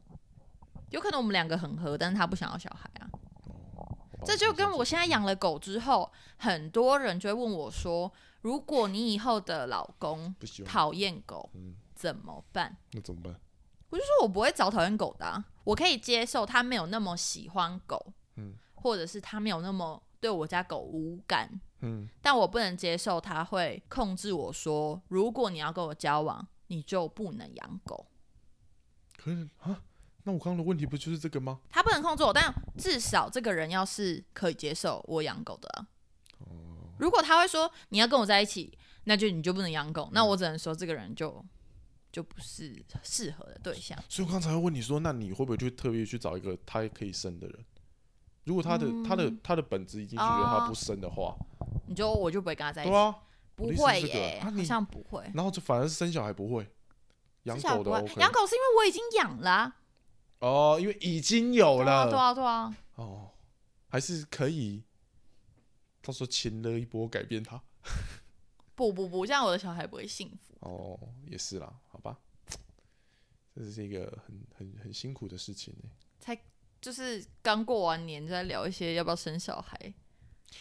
[SPEAKER 2] 有可能我们两个很合，但是他不想要小孩啊。这
[SPEAKER 1] 哦
[SPEAKER 2] 就跟我现在养了狗之后，很多人就会问我说：“如果你以后的老公
[SPEAKER 1] 不喜欢，
[SPEAKER 2] 讨厌狗
[SPEAKER 1] 嗯，
[SPEAKER 2] 怎么办？”
[SPEAKER 1] 那怎么办？
[SPEAKER 2] 我就说我不会找讨厌狗的、啊，我可以接受他没有那么喜欢狗，
[SPEAKER 1] 嗯
[SPEAKER 2] 或者是他没有那么对我家狗无感，
[SPEAKER 1] 嗯，
[SPEAKER 2] 但我不能接受他会控制我说，如果你要跟我交往，你就不能养狗。
[SPEAKER 1] 可是啊，那我刚刚的问题不就是这个吗？
[SPEAKER 2] 他不能控制我，但至少这个人要是可以接受我养狗的、啊。
[SPEAKER 1] 哦
[SPEAKER 2] 如果他会说你要跟我在一起，那就你就不能养狗，那我只能说这个人就就不是适合的对象。
[SPEAKER 1] 所以我刚才会问你说，那你会不会去特别去找一个他可以生的人？如果他的、
[SPEAKER 2] 嗯
[SPEAKER 1] 他的他的本质已经是觉得他不生的话，
[SPEAKER 2] 哦你就我就不会跟他在一起
[SPEAKER 1] 对，啊，
[SPEAKER 2] 不
[SPEAKER 1] 我的意思
[SPEAKER 2] 会
[SPEAKER 1] 是这个
[SPEAKER 2] 耶，
[SPEAKER 1] 啊
[SPEAKER 2] 好
[SPEAKER 1] 你
[SPEAKER 2] 像不会。
[SPEAKER 1] 然后就反而是生小孩不会，养
[SPEAKER 2] 至少
[SPEAKER 1] 狗
[SPEAKER 2] 不
[SPEAKER 1] 的
[SPEAKER 2] 会
[SPEAKER 1] OK，
[SPEAKER 2] 养狗是因为我已经养了啊、
[SPEAKER 1] 哦，因为已经有
[SPEAKER 2] 对啊，
[SPEAKER 1] 了，
[SPEAKER 2] 对啊，对啊，
[SPEAKER 1] 哦，还是可以，到时候亲了一波改变他。
[SPEAKER 2] 不不不，这样我的小孩不会幸福。
[SPEAKER 1] 哦，也是啦，好吧，这是一个很很很辛苦的事情欸呢、
[SPEAKER 2] 就是刚过完年，就在聊一些要不要生小孩，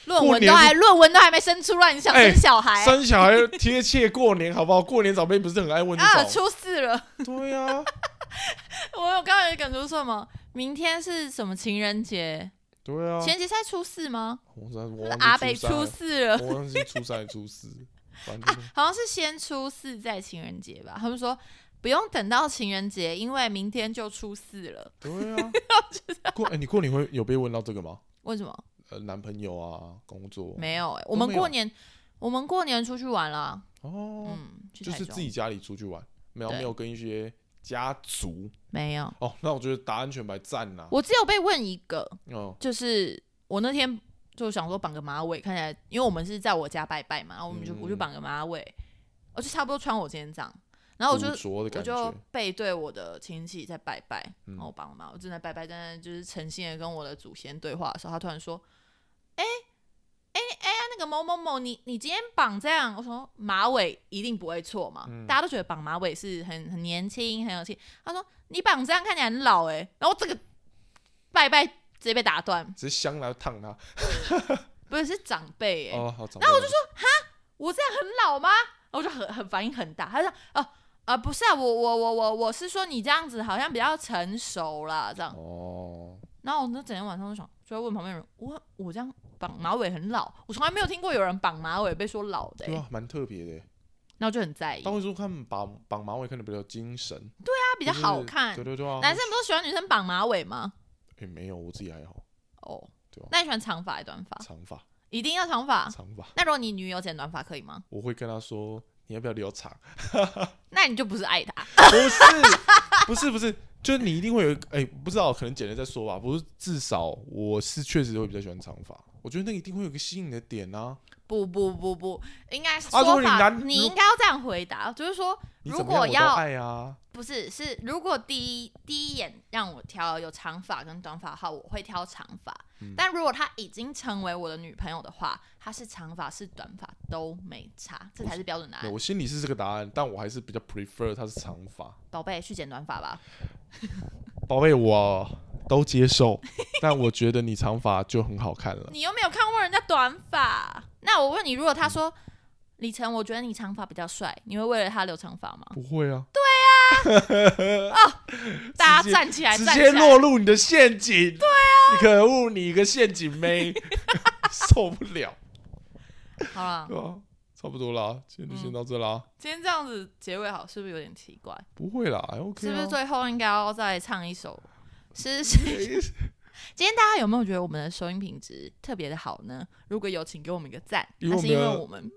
[SPEAKER 2] 论
[SPEAKER 1] 过
[SPEAKER 2] 文
[SPEAKER 1] 年
[SPEAKER 2] 都还论文都还没生出来，你想
[SPEAKER 1] 哎
[SPEAKER 2] 生小孩、
[SPEAKER 1] 生小孩贴切过年好不好？过年长辈不是很爱问这
[SPEAKER 2] 啊，
[SPEAKER 1] 种？
[SPEAKER 2] 出事了！
[SPEAKER 1] 对啊呀、
[SPEAKER 2] 我有刚刚有一个梗，就是什么？明天是什么情人节？
[SPEAKER 1] 对啊，
[SPEAKER 2] 情人节是在初四吗？
[SPEAKER 1] 我真的我
[SPEAKER 2] 是
[SPEAKER 1] 忘记
[SPEAKER 2] 阿北
[SPEAKER 1] 初
[SPEAKER 2] 初
[SPEAKER 1] 三
[SPEAKER 2] 四了啊
[SPEAKER 1] 了，我忘记初三还是初四，反正就是
[SPEAKER 2] 好像是先初四再情人节吧？他们说不用等到情人节，因为明天就初四了。
[SPEAKER 1] 对 啊。过哎、你过年会有被问到这个吗？
[SPEAKER 2] 为什么？
[SPEAKER 1] 呃，男朋友啊，工作
[SPEAKER 2] 没有、欸，我
[SPEAKER 1] 都
[SPEAKER 2] 们
[SPEAKER 1] 没有
[SPEAKER 2] 过年我们过年出去玩了，
[SPEAKER 1] 哦，
[SPEAKER 2] 嗯，去
[SPEAKER 1] 就
[SPEAKER 2] 台
[SPEAKER 1] 是
[SPEAKER 2] 中
[SPEAKER 1] 自己家里出去玩，没有
[SPEAKER 2] 对
[SPEAKER 1] 没有跟一些家族
[SPEAKER 2] 没有，
[SPEAKER 1] 哦。那我觉得答案全白赞啦、
[SPEAKER 2] 我只有被问一个，
[SPEAKER 1] 哦，
[SPEAKER 2] 就是我那天就想说绑个马尾，看起来，因为我们是在我家拜拜嘛，然后我们就、
[SPEAKER 1] 嗯
[SPEAKER 2] 我就绑个马尾，我就差不多穿我今天这样，然后我就
[SPEAKER 1] 古着的
[SPEAKER 2] 我
[SPEAKER 1] 感
[SPEAKER 2] 就
[SPEAKER 1] 觉，
[SPEAKER 2] 背对我的亲戚在拜拜，
[SPEAKER 1] 嗯
[SPEAKER 2] 然后我绑了马尾，我正在拜拜，正在就是诚心的跟我的祖先对话的时候，他突然说：“哎、哎哎呀，那个某某某，你你今天绑这样，我说马尾一定不会错嘛，
[SPEAKER 1] 嗯
[SPEAKER 2] 大家都觉得绑马尾是很很年轻很有气。他说你绑这样看起来很老哎、然后这个拜拜直接被打断，
[SPEAKER 1] 直接香来烫他。
[SPEAKER 2] 不是是长辈哎、
[SPEAKER 1] 哦，好，那我就说，
[SPEAKER 2] 我这样很老吗？哦我就很很反应很大，他就说哦啊、不是啊，我我我我我是说你这样子好像比较成熟啦，这样。
[SPEAKER 1] 哦，
[SPEAKER 2] 然后我那整天晚上都想，就在问旁边人，我我这样绑马尾很老，我从来没有听过有人绑马尾被说老的、欸，
[SPEAKER 1] 对啊，哦蛮特别的耶。
[SPEAKER 2] 然后就很在意。
[SPEAKER 1] 但会说他们绑绑马尾看着比较精神，
[SPEAKER 2] 它比较
[SPEAKER 1] 就是
[SPEAKER 2] 好看。
[SPEAKER 1] 对对对啊，
[SPEAKER 2] 男生不都喜欢女生绑马尾吗？
[SPEAKER 1] 也没有，我自己还好，
[SPEAKER 2] 哦
[SPEAKER 1] 对啊，
[SPEAKER 2] 那你喜欢长发还是短发？
[SPEAKER 1] 长发
[SPEAKER 2] 一定要长发。
[SPEAKER 1] 长发，
[SPEAKER 2] 那如果你女友剪短发可以吗？
[SPEAKER 1] 我会跟他说你要不要留长。
[SPEAKER 2] 那你就不是爱她。
[SPEAKER 1] 不是，不是，不是，就是你一定会有一个，哎、不知道，可能简单再说吧。不是，至少我是确实会比较喜欢长发，我觉得那个一定会有一个吸引你的点啊。
[SPEAKER 2] 不不不不，应该是
[SPEAKER 1] 啊如果
[SPEAKER 2] 说
[SPEAKER 1] 你
[SPEAKER 2] 法，
[SPEAKER 1] 男
[SPEAKER 2] 你
[SPEAKER 1] 如
[SPEAKER 2] 应该要这样回答，就是说，
[SPEAKER 1] 你
[SPEAKER 2] 如
[SPEAKER 1] 怎么样
[SPEAKER 2] 果
[SPEAKER 1] 我都
[SPEAKER 2] 要
[SPEAKER 1] 爱啊，
[SPEAKER 2] 不是是，如果第一第一眼让我挑有长发跟短发的话，我会挑长发。
[SPEAKER 1] 嗯
[SPEAKER 2] 但如果她已经成为我的女朋友的话，她是长发是短发都没差，这才是标准答
[SPEAKER 1] 对
[SPEAKER 2] 案。
[SPEAKER 1] 我心里是这个答案，但我还是比较 prefer 它是长发。
[SPEAKER 2] 宝贝，去剪短发吧。
[SPEAKER 1] 宝贝，我都接受，但我觉得你长发就很好看了。
[SPEAKER 2] 你又没有看过人家短发。那我问你，如果他说李晨，我觉得你长发比较帅，你会为了他留长发吗？
[SPEAKER 1] 不会 啊，
[SPEAKER 2] 大家站起来，
[SPEAKER 1] 直
[SPEAKER 2] 啊站起
[SPEAKER 1] 接
[SPEAKER 2] 来！
[SPEAKER 1] 落入你的陷阱。对啊，你可恶，你一个陷阱妹， 受不了。
[SPEAKER 2] 好了，
[SPEAKER 1] 对啊，差不多啦，今天就先
[SPEAKER 2] 嗯
[SPEAKER 1] 到这啦。
[SPEAKER 2] 今天这样子结尾好，是不是有点奇怪？
[SPEAKER 1] 不会啦还，OK
[SPEAKER 2] 是不
[SPEAKER 1] 啊
[SPEAKER 2] 是 最后应该要再唱一首？是是。今天大家有没有觉得我们的收音品质特别的好呢？如果有，请给我们一个赞。
[SPEAKER 1] 因为
[SPEAKER 2] 那
[SPEAKER 1] 我
[SPEAKER 2] 是
[SPEAKER 1] 们
[SPEAKER 2] 因为
[SPEAKER 1] 的
[SPEAKER 2] 我们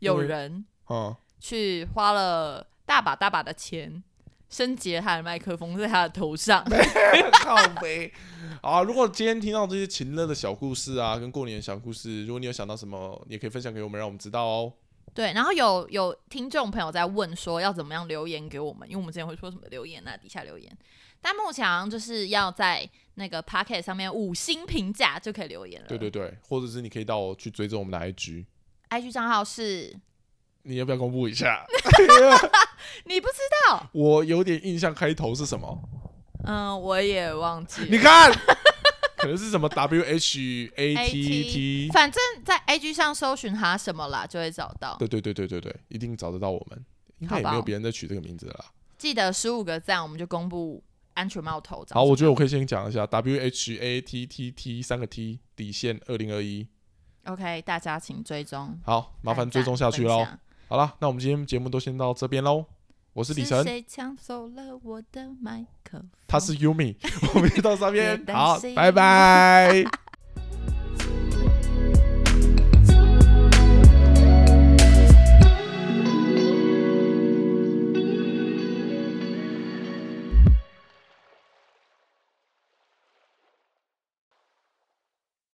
[SPEAKER 2] 有
[SPEAKER 1] 因为
[SPEAKER 2] 人
[SPEAKER 1] 啊，
[SPEAKER 2] 去花了大把大把的钱升级了他的麦克风，在他的头 上。
[SPEAKER 1] 靠北啊！如果今天听到这些情乐的小故事啊，跟过年的小故事，如果你有想到什么，你也可以分享给我们，让我们知道哦。
[SPEAKER 2] 对，然后有有听众朋友在问说要怎么样留言给我们，因为我们之前会说什么留言啊，底下留言。但目前好像就是要在那个 p o c k e t 上面五星评价就可以留言了。
[SPEAKER 1] 对对对，或者是你可以到我去追踪我们的 IG，
[SPEAKER 2] ，IG 账号是，
[SPEAKER 1] 你要不要公布一下？
[SPEAKER 2] 你不知道？
[SPEAKER 1] 我有点印象开头是什么？
[SPEAKER 2] 嗯，我也忘记
[SPEAKER 1] 你
[SPEAKER 2] 了。
[SPEAKER 1] 看， 可能是什么 W H A T
[SPEAKER 2] AT
[SPEAKER 1] T。
[SPEAKER 2] 反正在 IG 上搜寻哈什么啦，就会找到。
[SPEAKER 1] 对对对对对对，一定找得到我们。应该也
[SPEAKER 2] 好吧
[SPEAKER 1] 没有别人在取这个名字了啦。
[SPEAKER 2] 记得十五个赞，我们就公布安全帽头。
[SPEAKER 1] 好，我觉得我可以先讲一下 W H A T T T 三个 T 底线二零二一。
[SPEAKER 2] OK，大家请追踪，
[SPEAKER 1] 好，麻
[SPEAKER 2] 按
[SPEAKER 1] 烦
[SPEAKER 2] 赞
[SPEAKER 1] 追踪下去。
[SPEAKER 2] 分
[SPEAKER 1] 喽。
[SPEAKER 2] 享
[SPEAKER 1] 好啦，那我们今天节目都先到这边喽。我是李
[SPEAKER 2] 是
[SPEAKER 1] 晨，
[SPEAKER 2] 谁抢走了我的麦克风？
[SPEAKER 1] 他是 Yumi，我们就到这边
[SPEAKER 2] 别，担
[SPEAKER 1] 好
[SPEAKER 2] 心，
[SPEAKER 1] 拜拜。